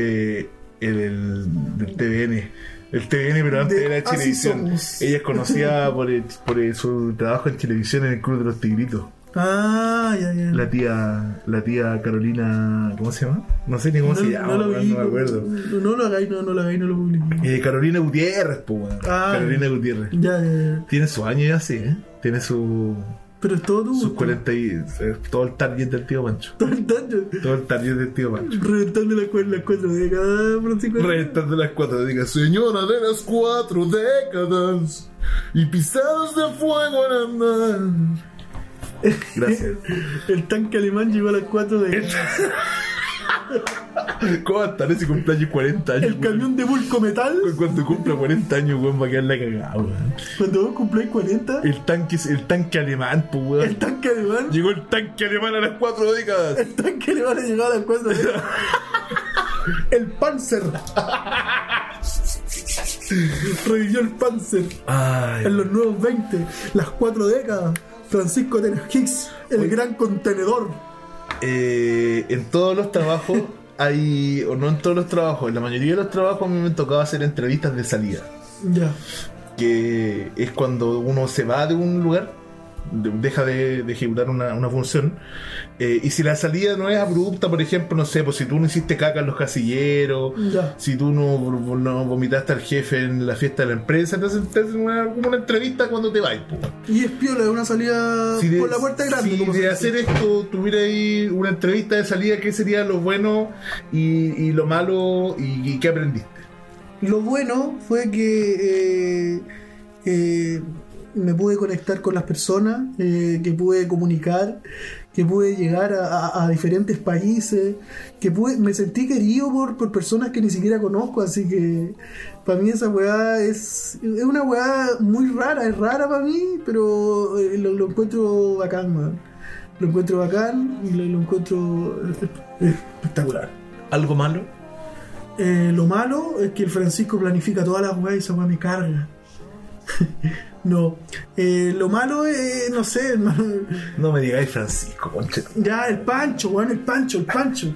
eh, el, el- del TVN. El TVN, pero antes De era Así Chilevisión. Somos. Ella es conocida por, el- por el- su trabajo en Chilevisión en el Club de los Tigritos. Ah, ya, ya. La tía, la tía Carolina, ¿cómo se llama? No sé ni cómo se llama, lo weón, vi, no me acuerdo. No, no lo hagáis, no, no lo hagáis, no lo publiquéis. Eh, Carolina Gutiérrez, pues, weón. Ah. Carolina Gutiérrez. Ya, ya, ya. Tiene su año ya, sí, ¿eh? Tiene su, Pero es todo tu sus gusto. 40 y... eh, todo el target del tío Pancho. Todo el target del tío Pancho. Reventando las cuatro, las cuatro décadas, Francisco. Reventando las cuatro décadas. Señora de las cuatro décadas. Y pisadas de fuego en andar. Gracias. El tanque alemán llegó a las 4 de ¿Cómo va a estar ese cumpleaños 40 años? El camión de Vulco Metal, weón? Cuando cumpla 40 años, weón, va a quedar la cagada, weón. cuando vos cumplís 40, El tanque, el tanque alemán, pues, el weón. tanque alemán, Llegó el tanque alemán a las cuatro décadas. el tanque alemán llegó a las 4 de El Panzer. Revivió el Panzer Ay, en los nuevos 20, las 4 décadas. Francisco Tenes Hicks, el gran contenedor. eh, en todos los trabajos hay, o no en todos los trabajos, en la mayoría de los trabajos a mí me tocaba hacer entrevistas de salida, Ya, que es cuando uno se va de un lugar, de- deja de, de ejecutar una, una función, eh, y si la salida no es abrupta, por ejemplo, no sé, pues si tú no hiciste caca en los casilleros, ya. si tú no, no vomitaste al jefe en la fiesta de la empresa, entonces te hacen una, como una entrevista cuando te vas. pues. Y es piola, es una salida Si de, por la puerta grande. si como de se hacer dice. esto tuviera ahí una entrevista de salida, ¿qué sería lo bueno y, y lo malo y, y qué aprendiste? Lo bueno fue que eh, eh, me pude conectar con las personas, eh, que pude comunicar, que pude llegar a, a- a diferentes países, que pude, me sentí querido por, por personas que ni siquiera conozco, así que para mí esa weá es, es una weá muy rara, es rara para mí, pero eh, lo, lo encuentro bacán, man. Lo encuentro bacán y lo, lo encuentro eh, espectacular. ¿Algo malo? Eh, lo malo es que el Francisco planifica todas las weas y esa wea me carga. no. Eh, lo malo es, no sé, hermano. No me digáis Francisco, conche. Ya, el Pancho, weón, el Pancho, el Pancho.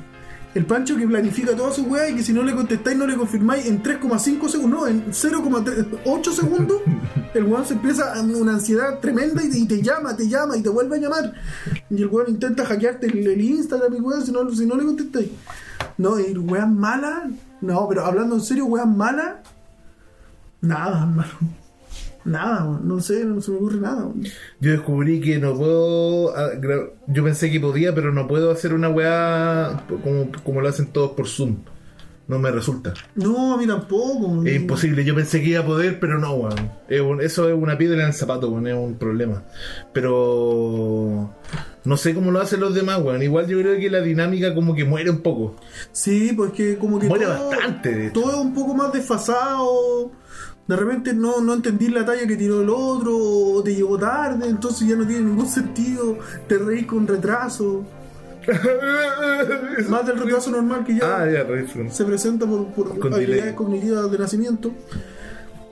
El Pancho que planifica todas sus weas y que si no le contestáis, no le confirmáis en 3,5 segundos, no, en 0,8 segundos, el weón se empieza a una ansiedad tremenda y te, y te llama, te llama y te vuelve a llamar. Y el weón intenta hackearte el, el Instagram y weón, si no, si no le contestáis. No, y weas malas, no, pero hablando en serio, weas malas, nada, hermano. Nada, weón, no sé, no se me ocurre nada. weón. Yo descubrí que no puedo. ah, gra- Yo pensé que podía, pero no puedo hacer una weá como, como lo hacen todos por Zoom. No me resulta. No, a mí tampoco. Es weón. imposible, yo pensé que iba a poder, pero no, weón. Es un- Eso es una piedra en el zapato, weón, es un problema. Pero no sé cómo lo hacen los demás, weón. Igual yo creo que la dinámica como que muere un poco. Sí, pues que como que Muere bastante, de hecho. todo es un poco más desfasado. De repente no, no entendí la talla que tiró el otro, o te llegó tarde, entonces ya no tiene ningún sentido. Te reís con retraso, más del retraso normal que ya Ah, ya, Redstone. se presenta por, por Con habilidades delay. cognitivas de nacimiento.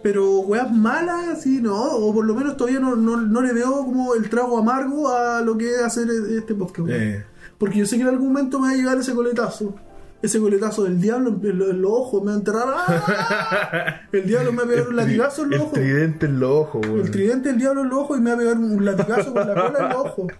Pero weas malas, sí, no, o por lo menos todavía no, no, no le veo como el trago amargo a lo que es hacer este podcast. weón. Eh, Porque yo sé que en algún momento me va a llegar ese coletazo. Ese coletazo del diablo en, lo- en los ojos, me va a enterrar. ¡ah! El diablo me va a pegar un latigazo en los el ojos. tridente en los ojos, El weón. tridente del diablo en los ojos y me va a pegar un latigazo con la cola en los ojos.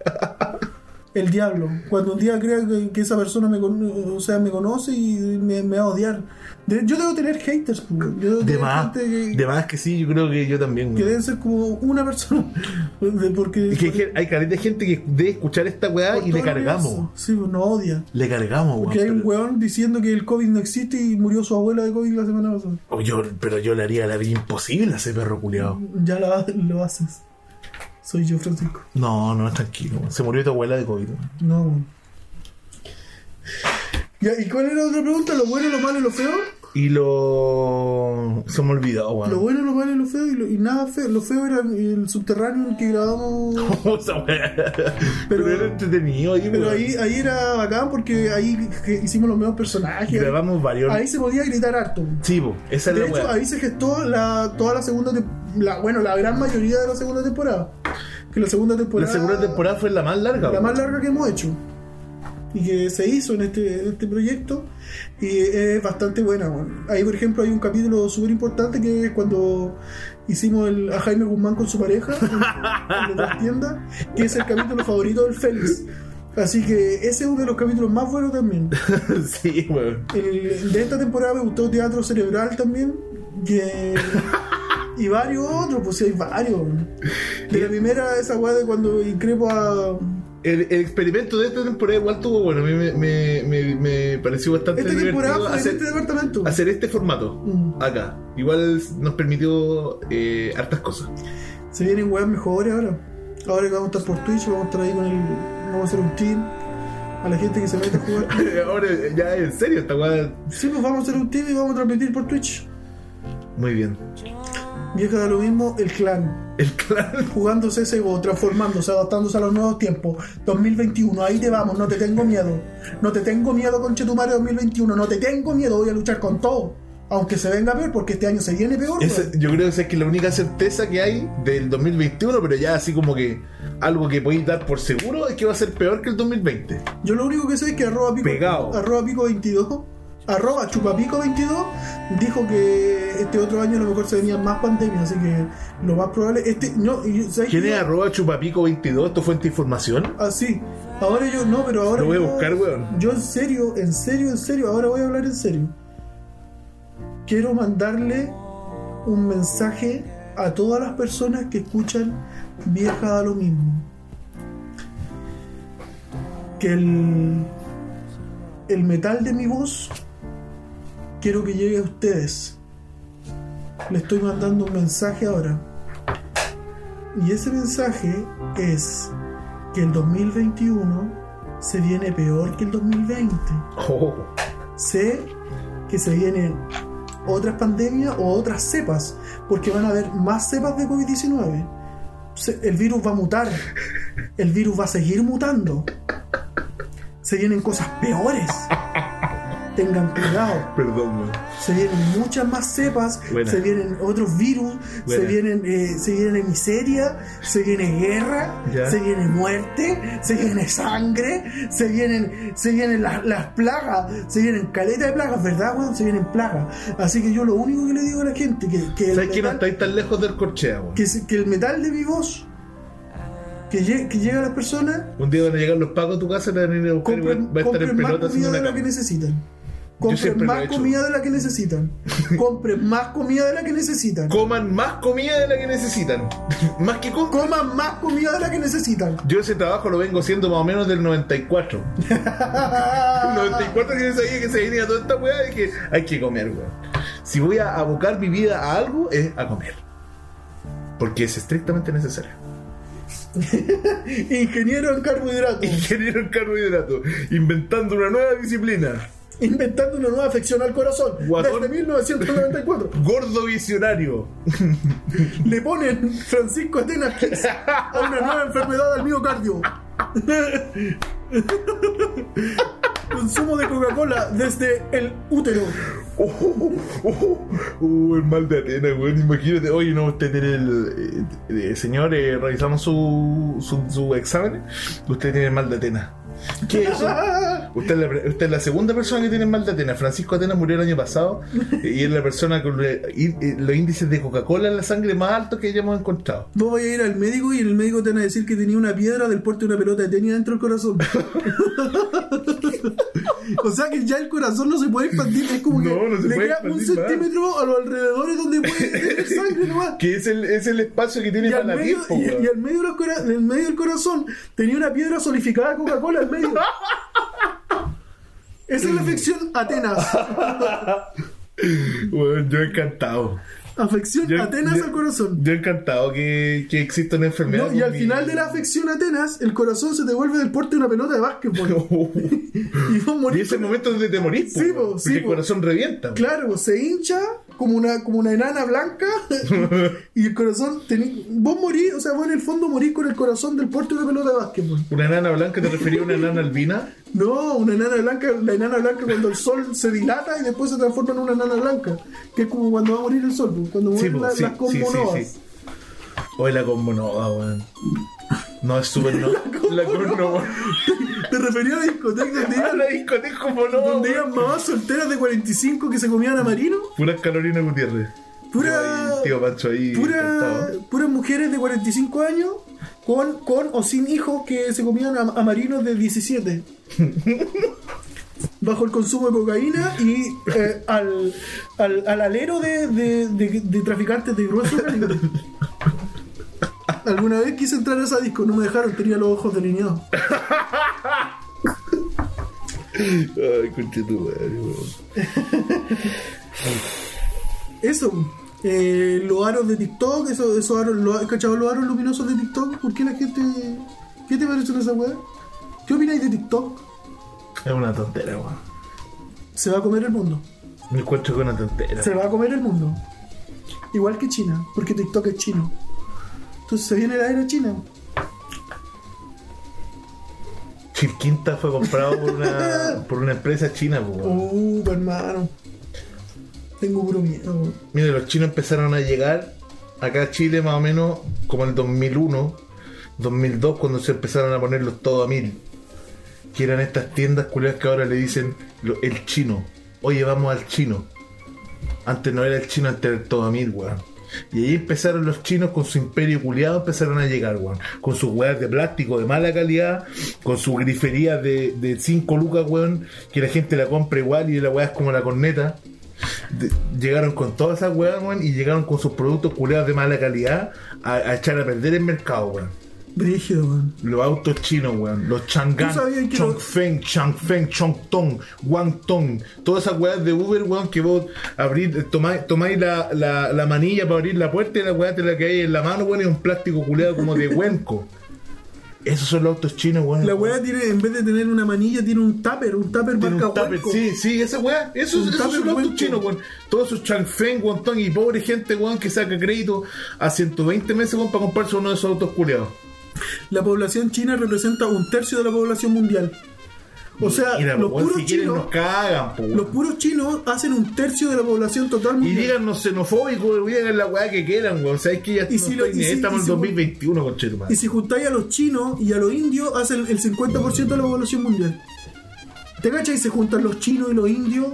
el diablo. Cuando un día crea que, que esa persona me, con- o sea, me conoce y me, me va a odiar. De- yo debo tener haters, pues, weón. yo debo De tener más, gente que, de más que sí, yo creo que yo también. que weón. debe ser como una persona. de- Porque, Es que hay gen- hay caleta de gente que debe escuchar esta weá por y le todo el universo. cargamos. Sí, pues, nos odia. Le cargamos, weón. Porque hay un pero- weón diciendo que el COVID no existe y murió su abuela de COVID la semana pasada. Oh, yo- pero yo le haría la vida imposible a ese perro culiado. Ya la- lo haces. Soy yo, Francisco. No, no, tranquilo. weón. Se murió tu abuela de COVID. weón. No. weón. Ya, ¿Y cuál era otra pregunta? ¿Lo bueno, lo malo y lo feo? Y lo. Se me olvidó, weón. Lo bueno, lo malo y lo feo y, lo- y nada feo. Lo feo era el subterráneo en el que grabamos. Esa weá. Pero- Pero era entretenido ahí, Pero weón. ahí, ahí era bacán porque ahí que hicimos los mismos personajes. Grabamos varios. Ahí se podía gritar harto. Sí, po, esa es De la hecho, weá. ahí se gestó la, toda la segunda tem- la Bueno, la gran mayoría de la segunda temporada. Que la segunda La temporada. segunda temporada fue la más larga. La weón. más larga que hemos hecho. Y que se hizo en este, en este proyecto. Y es bastante buena, weón. Ahí, por ejemplo, hay un capítulo súper importante que es cuando hicimos el, a Jaime Guzmán con su pareja en, en la tienda, que es el capítulo favorito del Félix. Así que ese es uno de los capítulos más buenos también. sí, weón. El Eh, de esta temporada me gustó Teatro Cerebral también. que- y varios otros, pues sí, hay varios. De la primera, esa weá de cuando increpo a. El, el experimento de esta temporada igual tuvo bueno. A mí me, me, me, me pareció bastante Esta temporada fue divertido en hacer, este departamento. hacer este formato Mm. acá. Igual nos permitió eh, hartas cosas. Se vienen weas mejores ahora. Ahora que vamos a estar por Twitch, vamos a estar ahí con el. Vamos a hacer un team. A la gente que se mete a jugar. Ahora, ya en serio, esta weá. Sí, pues vamos a hacer un team y vamos a transmitir por Twitch. Muy bien. Vieja da lo mismo, el clan. El clan. Jugándose ese o transformándose, adaptándose a los nuevos tiempos. 2021, ahí te vamos, no te tengo miedo. No te tengo miedo, conchetumare 2021. No te tengo miedo, voy a luchar con todo. Aunque se venga peor, porque este año se viene peor. Esa- weón. yo creo que esa es que la única certeza que hay del 2021, pero ya así como que algo que podéis dar por seguro es que va a ser peor que el 2020. Yo lo único que sé es que arroba pico, Pegado. arroba pico 22, arroba chupapico 22, dijo que este otro año a lo mejor se venían más pandemias, así que lo más probable, este, no, y, ¿sabes ¿Quién qué? es arroba chupapico22? ¿Esto fuente de información? Ah, sí. Ahora yo, no, pero ahora Lo voy a yo- buscar, weón. Yo en serio, en serio, en serio, ahora voy a hablar en serio. Quiero mandarle un mensaje a todas las personas que escuchan Vieja a lo mismo. Que el, el metal de mi voz quiero que llegue a ustedes. Le estoy mandando un mensaje ahora. Y ese mensaje es que el 2021 se viene peor que el 2020. Oh, Sé que se vienen otras pandemias o otras cepas, porque van a haber más cepas de COVID-19. Se- El virus va a mutar, el virus va a seguir mutando. Se vienen cosas peores. Tengan cuidado perdón, weón. se vienen muchas más cepas, Buena. se vienen otros virus, se Buena. vienen eh, se viene miseria, se viene guerra, Ya. se viene muerte, se viene sangre, se vienen se vienen las, las plagas, se vienen caleta de plagas, ¿verdad, weón? Se vienen plagas. Así que yo lo único que le digo a la gente que, que, el, ¿Sabes que no metal, estáis tan lejos del corchea, weón? que se- que el metal de mi voz que, lle- que llega a las personas Un día van a llegar los pacos a tu casa, te van a ir a buscar y va compren, va a estar en compren más comida pelota haciendo de una la que cama. necesitan. Compren siempre lo más he hecho. comida de la que necesitan. Compren más comida de la que necesitan. Coman más comida de la que necesitan. más que con... Coman más comida de la que necesitan. Yo ese trabajo lo vengo haciendo más o menos del 94. Ah. El 94 que yo sabía que se venía toda esta weá y que hay que comer, weón. Si voy a abocar mi vida a algo, es a comer. Porque es estrictamente necesario. Ingeniero en carbohidratos. Ingeniero en carbohidratos, inventando una nueva disciplina. Inventando una nueva afección al corazón. Guatón. Desde 1994. Gordo visionario. Le ponen Francisco Atenas Kiss a una nueva enfermedad al miocardio. Consumo de Coca-Cola desde el útero. Oh, oh, oh, oh, el mal de Atenas, weón. Imagínate, oye, no, usted tiene el. eh, eh, señor, eh, revisamos su, su, su examen. Usted tiene el mal de Atenas. ¿Qué es eso? Usted es, la, pre- usted es la segunda persona que tiene mal de Atenas. Francisco Atenas murió el año pasado y es la persona con le- í- eh, los índices de Coca-Cola en la sangre más altos que hayamos encontrado. Vos vais a ir al médico y el médico te van a decir que tenía una piedra del puerto y una pelota de tenis dentro del corazón. o sea que ya el corazón no se puede expandir, es como No, que no se le puede queda un expandir más. centímetro a los alrededores donde puede tener sangre nomás. Que es el, es el espacio que tiene Y al, para medio, tiempo, y- weón. y al medio de los cora- en el medio del corazón tenía una piedra solidificada de Coca-Cola en medio. Esa es la afección Atenas. Weón, yo encantado. Afección Yo, Atenas yo- al corazón. Yo encantado que, que exista una enfermedad. No, y con al mi- final de la afección Atenas, el corazón se te vuelve del porte de una pelota de básquetbol. y vos y morís. ese momento donde te morís, Sí, po, po, porque sí, el po. corazón revienta. po. Claro, vos se hincha como una, como una enana blanca y el corazón. teni- Vos morís, o sea, vos en el fondo morís con el corazón del porte de una pelota de básquetbol. Una nana blanca, ¿te refería a una nana albina? No, una enana blanca, la enana blanca cuando el sol se dilata y después se transforma en una enana blanca. Que es como cuando va a morir el sol, pues, cuando Sí, mueren po, la- sí, las sí, cosmonovas. sí, sí. Oye, la cosmonova, weón. No, es súper no. La cosmonova. Te refería a la discoteca donde Ah, iban, la discoteca cosmonova. donde weón. iban mamás solteras de 45 que se comían a marino. Pura Carolina Gutiérrez. Pura. Yo ahí, tío Pancho ahí. Pura, encantado. puras mujeres de 45 años con, con o sin hijos que se comían a, a marinos de 17. Bajo el consumo de cocaína y eh, al, al, al alero de, de- de- de traficantes de grueso calibre. Alguna vez quise entrar a esa disco, no me dejaron, tenía los ojos delineados. Ay, conchetumare, weón. Eso, eh, los aros de TikTok, eso, esos aros, los, ¿cachado? Los aros luminosos de TikTok, ¿por qué la gente. ¿Qué te parece esa weá? ¿Qué opináis de TikTok? Es una tontera, weón. Se va a comer el mundo. Me encuentro con una tontera. Se va a comer el mundo. Igual que China, porque TikTok es chino. Entonces se viene la era china. Chilquinta fue comprado por una, por una empresa china, po, weón. Uh, hermano. Tengo puro miedo. weón. Mira, los chinos empezaron a llegar acá a Chile más o menos como en el 2001, 2002, cuando se empezaron a ponerlos todos a mil. Que eran estas tiendas culiadas que ahora le dicen lo- el chino. Oye, vamos al chino. Antes no era el chino, antes era el todo a mil, weón. Y ahí empezaron los chinos con su imperio culiado, empezaron a llegar, weón. Con sus weas de plástico de mala calidad, con sus griferías de, de 5 lucas, weón. Que la gente la compra igual y la wea es como la corneta. De- llegaron con todas esas weas, weón, y llegaron con sus productos culeados de mala calidad a, a echar a perder el mercado, weón. Brígido, weón. Los autos chinos, weón. Los Chang'an, ¿Tú sabías que lo- Chongfeng, Changfeng, Chongtong, Guangtong. Todas esas weas de Uber, weón, que vos abrís, tomáis, tomáis la, la, la manilla para abrir la puerta y la wea te la que hay en la mano, weón, es un plástico culeado como de huenco. Esos son los autos chinos, weón. La weá tiene, en vez de tener una manilla, tiene un tupper, un tupper Tiene marca un tupper, Huelco. sí, sí, esa weá, eso Un es tupper un auto hueco. chino, weón. Todos esos chanfeng, guantón y pobre gente, weón, que saca crédito a 120 meses, weón, para comprarse uno de esos autos culiados. La población china representa un tercio de la población mundial. O sea, Mira, los weón, puros si quieren chinos. nos cagan, po, weón. Los puros chinos hacen un tercio de la población total Y mundial. díganos xenofóbicos, digan la weá que quieran, weón. Sabes que ya Y si no lo- estoy y ni ahí, si- estamos y en si- 2021, concheto, Y si juntáis a los chinos y a los indios, hacen el 50% de la población mundial. ¿Te cachas? Y se juntan los chinos y los indios.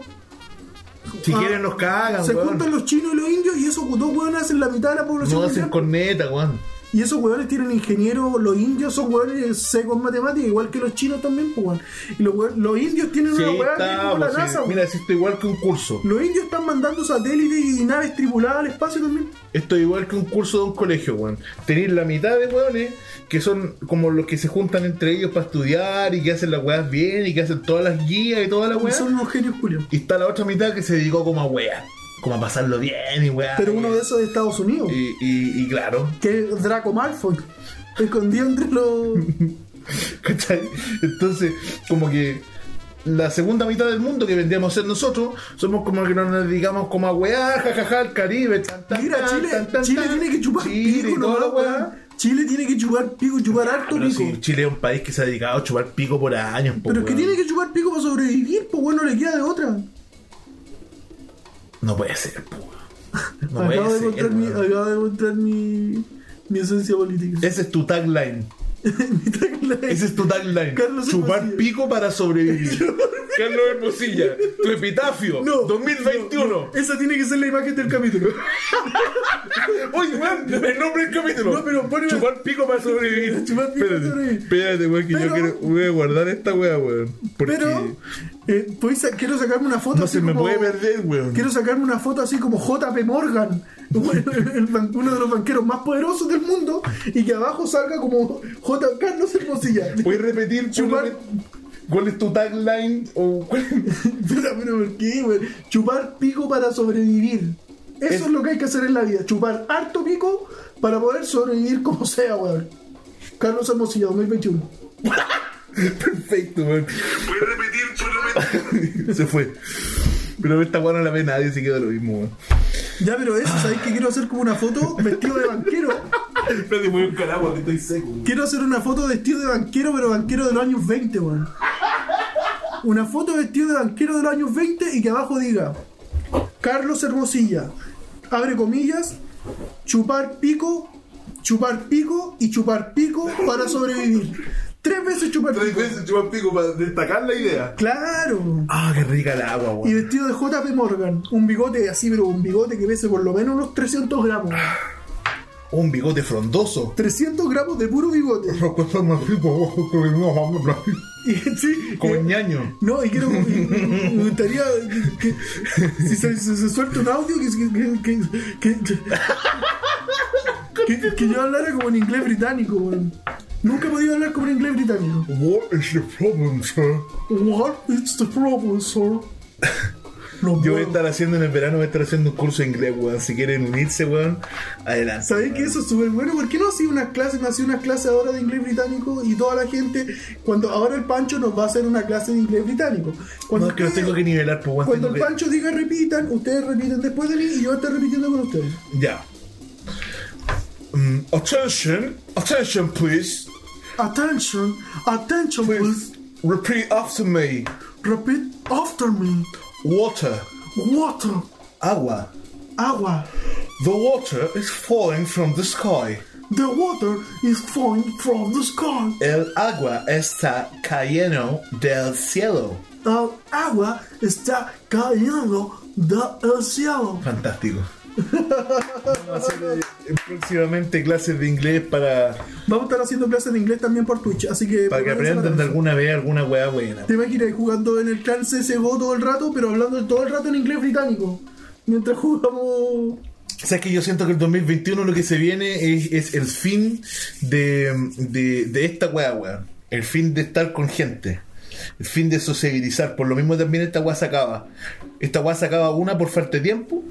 Si Ah, quieren nos cagan, se weón. juntan los chinos y los indios y esos dos hueones hacen la mitad de la población No hacen mundial. corneta, weón. Y esos hueones tienen ingenieros, los indios son hueones secos en matemáticas, igual que los chinos también, pues, weón. Y los, hue- los indios tienen Sí, una hueá que es está, como la po, sí. NASA, weón. Mira, si esto igual que un curso. Los indios están mandando satélites y naves tripuladas al espacio también. Esto es igual que un curso de un colegio, weón. Tenéis la mitad de weones que son como los que se juntan entre ellos para estudiar y que hacen las weas bien y que hacen todas las guías y toda la Y weá. son unos genios culios. Y está la otra mitad que se dedicó como a weas, como a pasarlo bien y weá. Pero uno de esos de Estados Unidos. Y, y, y claro, que es Draco Malfoy, escondido entre los. ¿cachai? Entonces, como que la segunda mitad del mundo que vendríamos a ser nosotros, somos como que nos dedicamos como a weá, jajaja, al Caribe, tan, tan, Mira, tan, Chile, tan, tan, Chile tan. tiene que chupar Chile, pico, toda la no weá. Ah, weón. Chile tiene que chupar pico, chupar harto Pero pico. si Chile es un país que se ha dedicado a chupar pico por años, po, Pero es que weón. tiene que chupar pico para sobrevivir, pues bueno, le queda de otra. No puede ser, po. No acabo, puede de ser. encontrar mi, weón. acabo de encontrar mi, mi esencia política. Ese es tu tagline. Mi tagline. Eh, Ese es tu tagline. Carlos Chupar Hermosilla. pico para sobrevivir. Carlos Hermosilla, tu epitafio, No, 2021. Esa tiene que ser la imagen del capítulo. Oye, weón, el nombre del capítulo. No, pero ponme- Chupar pico para sobrevivir. Chupar pico para Espérate, sobrevivir. Espérate, weón, que Pero- yo quiero, voy a guardar esta weá, weón. Porque Pero eh, voy sa- quiero sacarme una foto. no así se me como- puede perder, weón. Quiero sacarme una foto así como JP Morgan, bueno, el ban- uno de los banqueros más poderosos del mundo, y que abajo salga como J. Carlos Hermosilla. Voy a repetir, Chupar- chupar. ¿Cuál es tu tagline? O cuál- Pero, pero, ¿por qué, güey? Chupar pico para sobrevivir. Eso es... Es- lo que hay que hacer en la vida. Chupar harto pico para poder sobrevivir como sea, weón. Carlos Hermosilla, 2021. Perfecto, weón. Voy a repetir, voy a repetir. Se fue. Pero esta weá no la ve nadie, así quedó lo mismo, weón. Ya, pero eso, ¿sabéis que quiero hacer como una foto vestido de banquero? Espérate, voy a buscar agua que estoy seco. Quiero hacer una foto vestido de banquero, pero banquero de los años 20, weón. Una foto vestido de banquero de los años 20 y que abajo diga Carlos Hermosilla, abre comillas, chupar pico, chupar pico y chupar pico para sobrevivir. Tres veces chupar Tres pico. veces chupar pico para destacar la idea. Claro. Ah, qué rica el agua, Y weón. vestido de JP Morgan. Un bigote así, pero un bigote que pese por lo menos unos 300 gramos. Un bigote frondoso. 300 gramos de puro bigote. Y, sí, Como y- el ñaño. No, y quiero. y- y- Me gustaría. Que, que- si se, se- se suelta un audio, que. que, que, que, que- que- que yo hablara como en inglés británico, weón. Nunca he podido hablar como en inglés británico. Oh, What is the problem, sir? What is the problem, sir? No Yo voy a puedo. estar haciendo en el verano, voy a estar haciendo un curso de inglés, weón. Si quieren unirse, weón, adelante. ¿Sabéis que eso es súper bueno? ¿Por qué no hacía una clase? No hacía una clase ahora de inglés británico y toda la gente. Cuando ahora el Pancho nos va a hacer una clase de inglés británico. Cuando No, es que los ustedes- tengo que nivelar, pues, weón. Cuando tengo el que- Pancho diga repitan, ustedes repiten después de mí y yo estoy repitiendo con ustedes. Ya. Mm, attention, attention, please. Attention, attention Pues- please. Repeat after me. Repeat after me. Water, Water, agua. agua. The water is falling from the sky. The water is falling from the sky. El agua está cayendo del cielo. El agua está cayendo del cielo. Fantástico. Vamos a hacer eh, próximamente clases de inglés para, Vamos a estar haciendo clases de inglés también por Twitch, así que... para que prepárense aprendan de para eso. alguna vez alguna weá buena. Te imaginas jugando en el clan CSGO todo el rato, pero hablando todo el rato en inglés británico. Mientras jugamos... Sabes que yo siento que el 2021 lo que se viene es, es el fin de, de, de esta weá, weón. El fin de estar con gente. El fin de sociabilizar. Por lo mismo también esta weá se acaba. Esta weá se acaba una por falta de tiempo.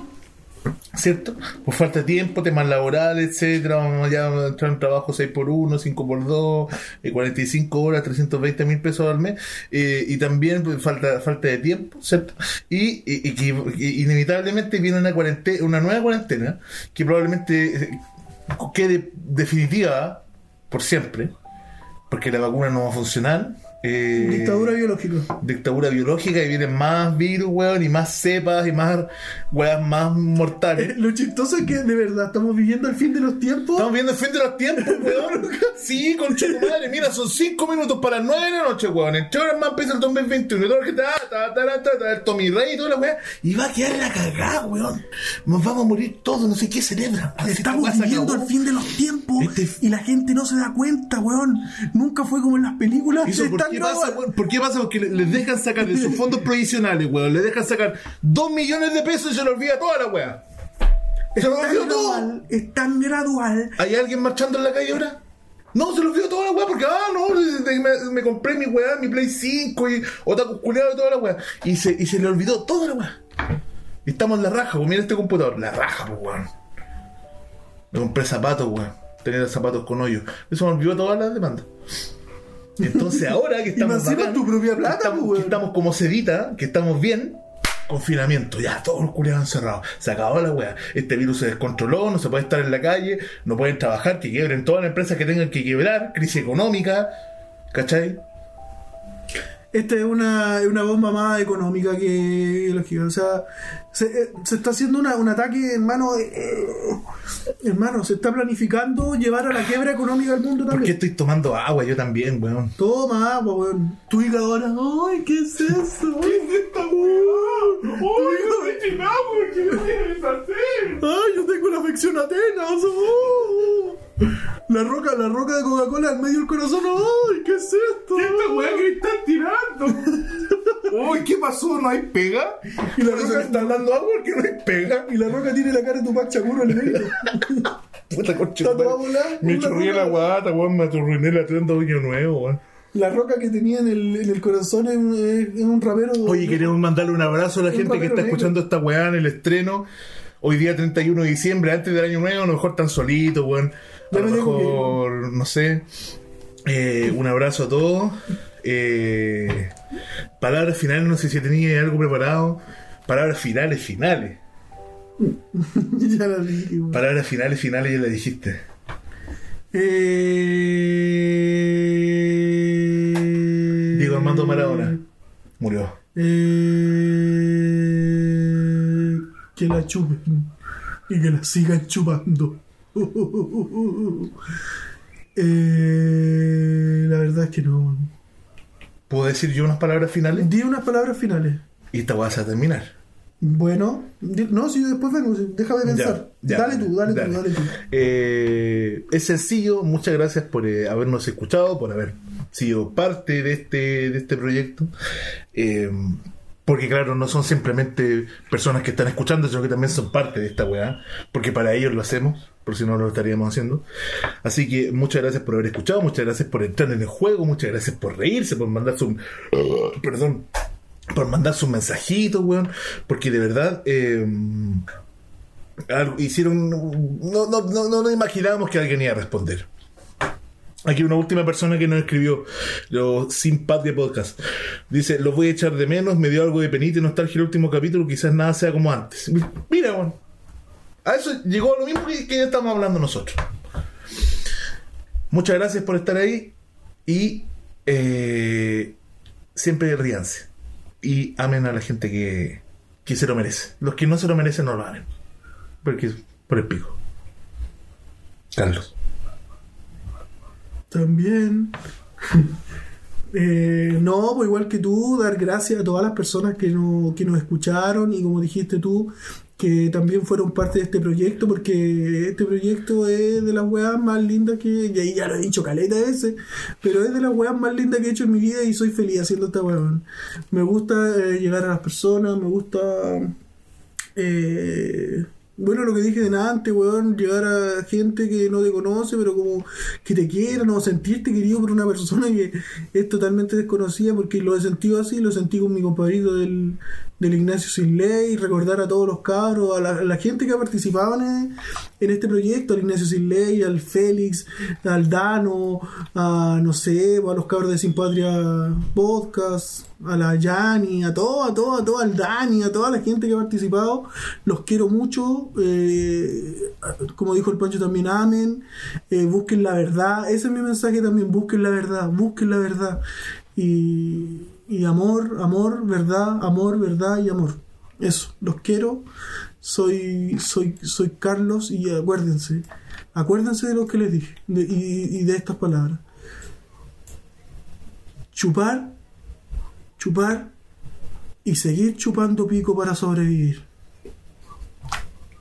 ¿Cierto? Por falta de tiempo, temas laborales, etcétera, vamos ya a entrar en trabajo 6x1, 5x2, eh, 45 horas, 320 mil pesos al mes, eh, y también pues, falta, falta de tiempo, ¿cierto? Y, y- y que y- inevitablemente viene una cuarentena, una nueva cuarentena, que probablemente eh, quede definitiva por siempre, porque la vacuna no va a funcionar. eh, Dictadura biológica. dictadura biológica y vienen más virus, weón, y más cepas y más weas más mortales. Lo chistoso es que de verdad estamos viviendo el fin de los tiempos. Estamos viendo el fin de los tiempos, weón. Sí, concha de tu madre. Mira, son 5 minutos para las 9 de la noche, weón. En 3 horas más empieza el 2021. Y todo lo que está, ta, ta, ta, ta, ta, el Tommy Rey y toda la weá. Y va a quedar la cagada, weón. Nos vamos a morir todos, no sé qué celebran. Estamos viviendo el fin de los tiempos Este- y la gente no se da cuenta, weón. Nunca fue como en las películas. ¿Y eso Se por están qué pasa, grabando. weón? ¿Por qué pasa? Porque le- les dejan sacar de sus fondos provisionales, weón. Les dejan sacar 2 millones de pesos y se le olvida toda la weá. Es Se lo tan olvidó todo. gradual, es tan gradual. ¿Hay alguien marchando en la calle ahora? No, se los vio toda la weá porque, ah, no, me, me compré mi weá, mi Play 5 y otaku culiado y toda la weá. Y se, y se le olvidó toda la weá. Y estamos en la raja, pues mira este computador, la raja, pues weón. Me compré zapatos, weón. Tenía zapatos con hoyo. Eso me olvidó todas las demandas. Entonces ahora que estamos encima tu propia plata, que estamos, pues, weón. que estamos como sedita, que estamos bien, confinamiento, ya todos los culiados encerrados, se acabó la weá, este virus se descontroló, no se puede estar en la calle, no pueden trabajar, que quiebren todas las empresas que tengan que quebrar, crisis económica, ¿cachai? Esta es una, es una bomba más económica que biológica. O sea, se, eh, se está haciendo una- un ataque, hermano, eh, Hermano, se está planificando llevar a la quiebra económica del mundo ¿Por qué también. estoy tomando agua? Yo también, weón. Toma agua, weón. Tu hígado ahora. ¡Ay, qué es eso! ¡Ay, ¿Qué es esta weá? ¡Oh, yo soy chinago! ¡Que no tiene mi sartén! ay, yo tengo una afección a Atenas! ¡Oh! La roca, la roca de Coca-Cola en medio del corazón. ¡Ay, qué es esto! ¿Qué es esta weá que me están tirando? ¡Uy, qué pasó! ¿No hay pega? Y la Por eso roca me están dando agua porque no hay pega. Y la roca tiene la cara de Tupac Shakur en medio. Puta concha. Está de toda madre. volada. Me Una chorrié roca. la guata, weón. Me atorriné la tren de año nuevo, weón. La roca que tenía en el, en el corazón es un, es un rapero. Oye, queremos mandarle un abrazo a la Un gente que rapero está negro. escuchando esta weá en el estreno. Hoy día 31 de diciembre, antes del año nuevo, a lo mejor tan solito, weón. A Ya lo me tengo que ir. mejor, no sé. Eh, un abrazo a todos. Eh, palabras finales, no sé si tenía algo preparado. Palabras finales, finales. ya la dije, weón. Palabras finales, finales, ya la dijiste. Eh... Diego Armando Maradona murió. Eh, que la chupen y que la sigan chupando. Eh, la verdad es que no. ¿Puedo decir yo unas palabras finales? Di unas palabras finales. Y esta weá se va a terminar. Bueno, di- no, si yo después vengo, si- déjame pensar. Ya, ya, dale tú, dale, dale. tú, dale tú. Eh, es sencillo, muchas gracias por eh, habernos escuchado, por haber sido parte de este, de este proyecto. Eh, porque claro, no son simplemente personas que están escuchando, sino que también son parte de esta weá, porque para ellos lo hacemos, por si no no lo estaríamos haciendo. Así que muchas gracias por haber escuchado, muchas gracias por entrar en el juego, muchas gracias por reírse, por mandar su... perdón, por mandar sus mensajitos, weón, porque de verdad... eh, algo- hicieron. No, no, no, no nos imaginábamos que alguien iba a responder. Aquí una última persona que nos escribió, los Sin Patria Podcast. Dice, los voy a echar de menos, me dio algo de penita y nostalgia el último capítulo, quizás nada sea como antes. Mira, bueno. A eso llegó lo mismo que, que ya estamos hablando nosotros. Muchas gracias por estar ahí y eh, siempre ríanse. Y amen a la gente que, que se lo merece. Los que no se lo merecen no lo amen. Porque es por el pico. Carlos. También. Eh, no, pues igual que tú, dar gracias a todas las personas que, no- que nos escucharon y como dijiste tú, que también fueron parte de este proyecto, porque este proyecto es de las weas más lindas que, y ahí ya lo he dicho, caleta ese, pero es de las weas más lindas que he hecho en mi vida y soy feliz haciendo esta weón. Me gusta eh, llegar a las personas, me gusta eh, bueno, lo que dije de antes, weón, llegar a gente que no te conoce, pero como que te quieran o sentirte querido por una persona que es totalmente desconocida, porque lo he sentido así, lo sentí con mi compadrito del, del Ignacio Sin Ley, recordar a todos los cabros, a la, a la gente que ha participado en, en este proyecto, al Ignacio Sin Ley, al Félix, al Dano, a no sé, a los cabros de Sin Patria Podcast, a la Yani, a todo, a todo, a todo, al Dani, a toda la gente que ha participado. Los quiero mucho. eh, como dijo el Pancho también, amen. eh, busquen la verdad. Ese es mi mensaje también. Busquen la verdad, busquen la verdad. Y, y amor, amor, verdad, amor, verdad y amor. Eso, los quiero. Soy, soy, soy Carlos y acuérdense. Acuérdense de lo que les dije de- y- y de estas palabras. Chupar chupar y seguir chupando pico para sobrevivir.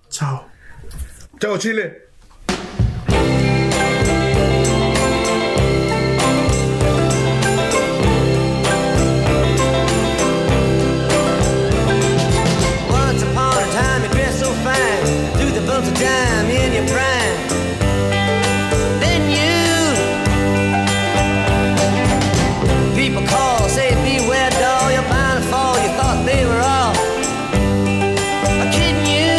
Chao. Chao, Chile. Once upon a time you dressed so fine, through the bumps of time in your prime. Then you, people call, say beware, doll, you're bound to fall. You thought they were all kidding you.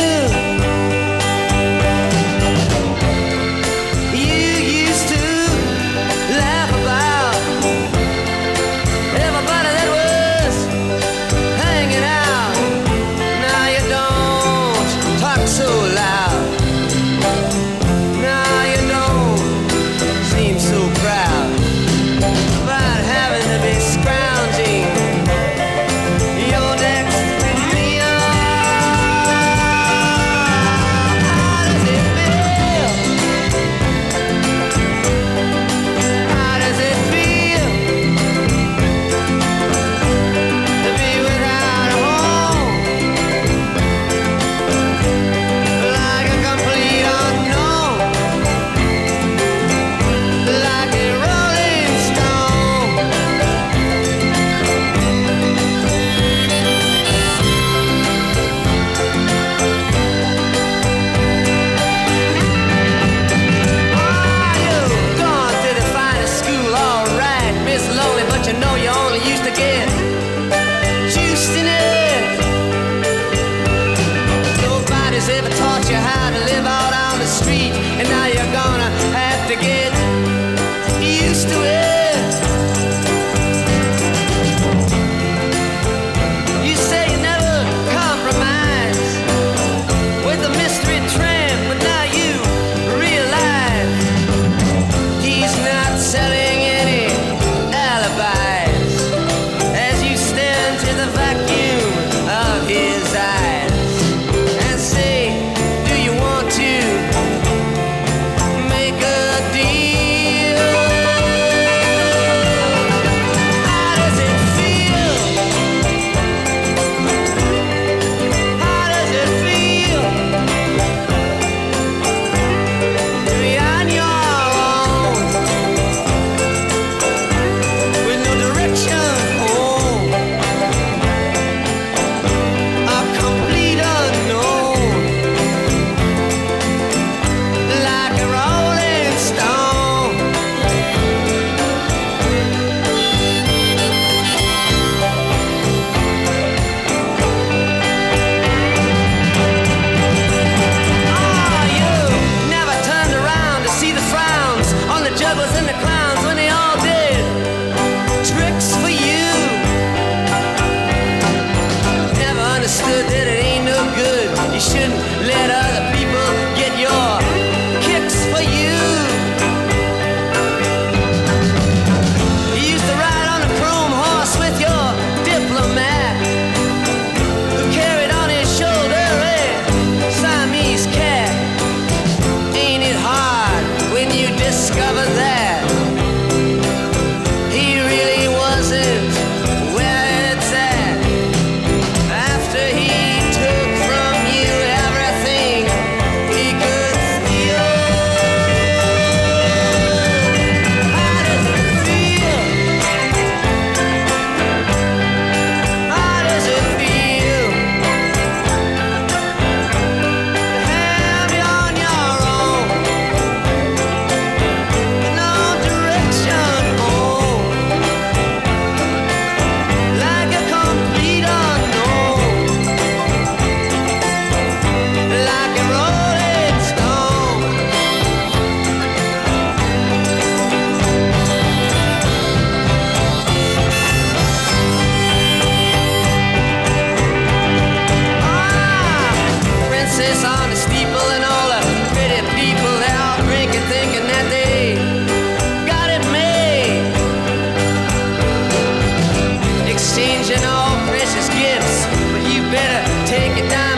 Ah, understood that it ain't no good. You shouldn't let other people get your kicks for you. You used to ride on a chrome horse with your diplomat who carried on his shoulder a Siamese cat. Ain't it hard when you discover that he really wasn't where it's at? After he took from you everything he could steal. How does it feel? How does it feel to have you on your own, no direction home, like a complete unknown, like a rolling stone? Ah, Princess on the steeple and all the pretty people they're all drinking, thinking that they got it made. Exchanging all precious gifts, but you better take your dime Ah,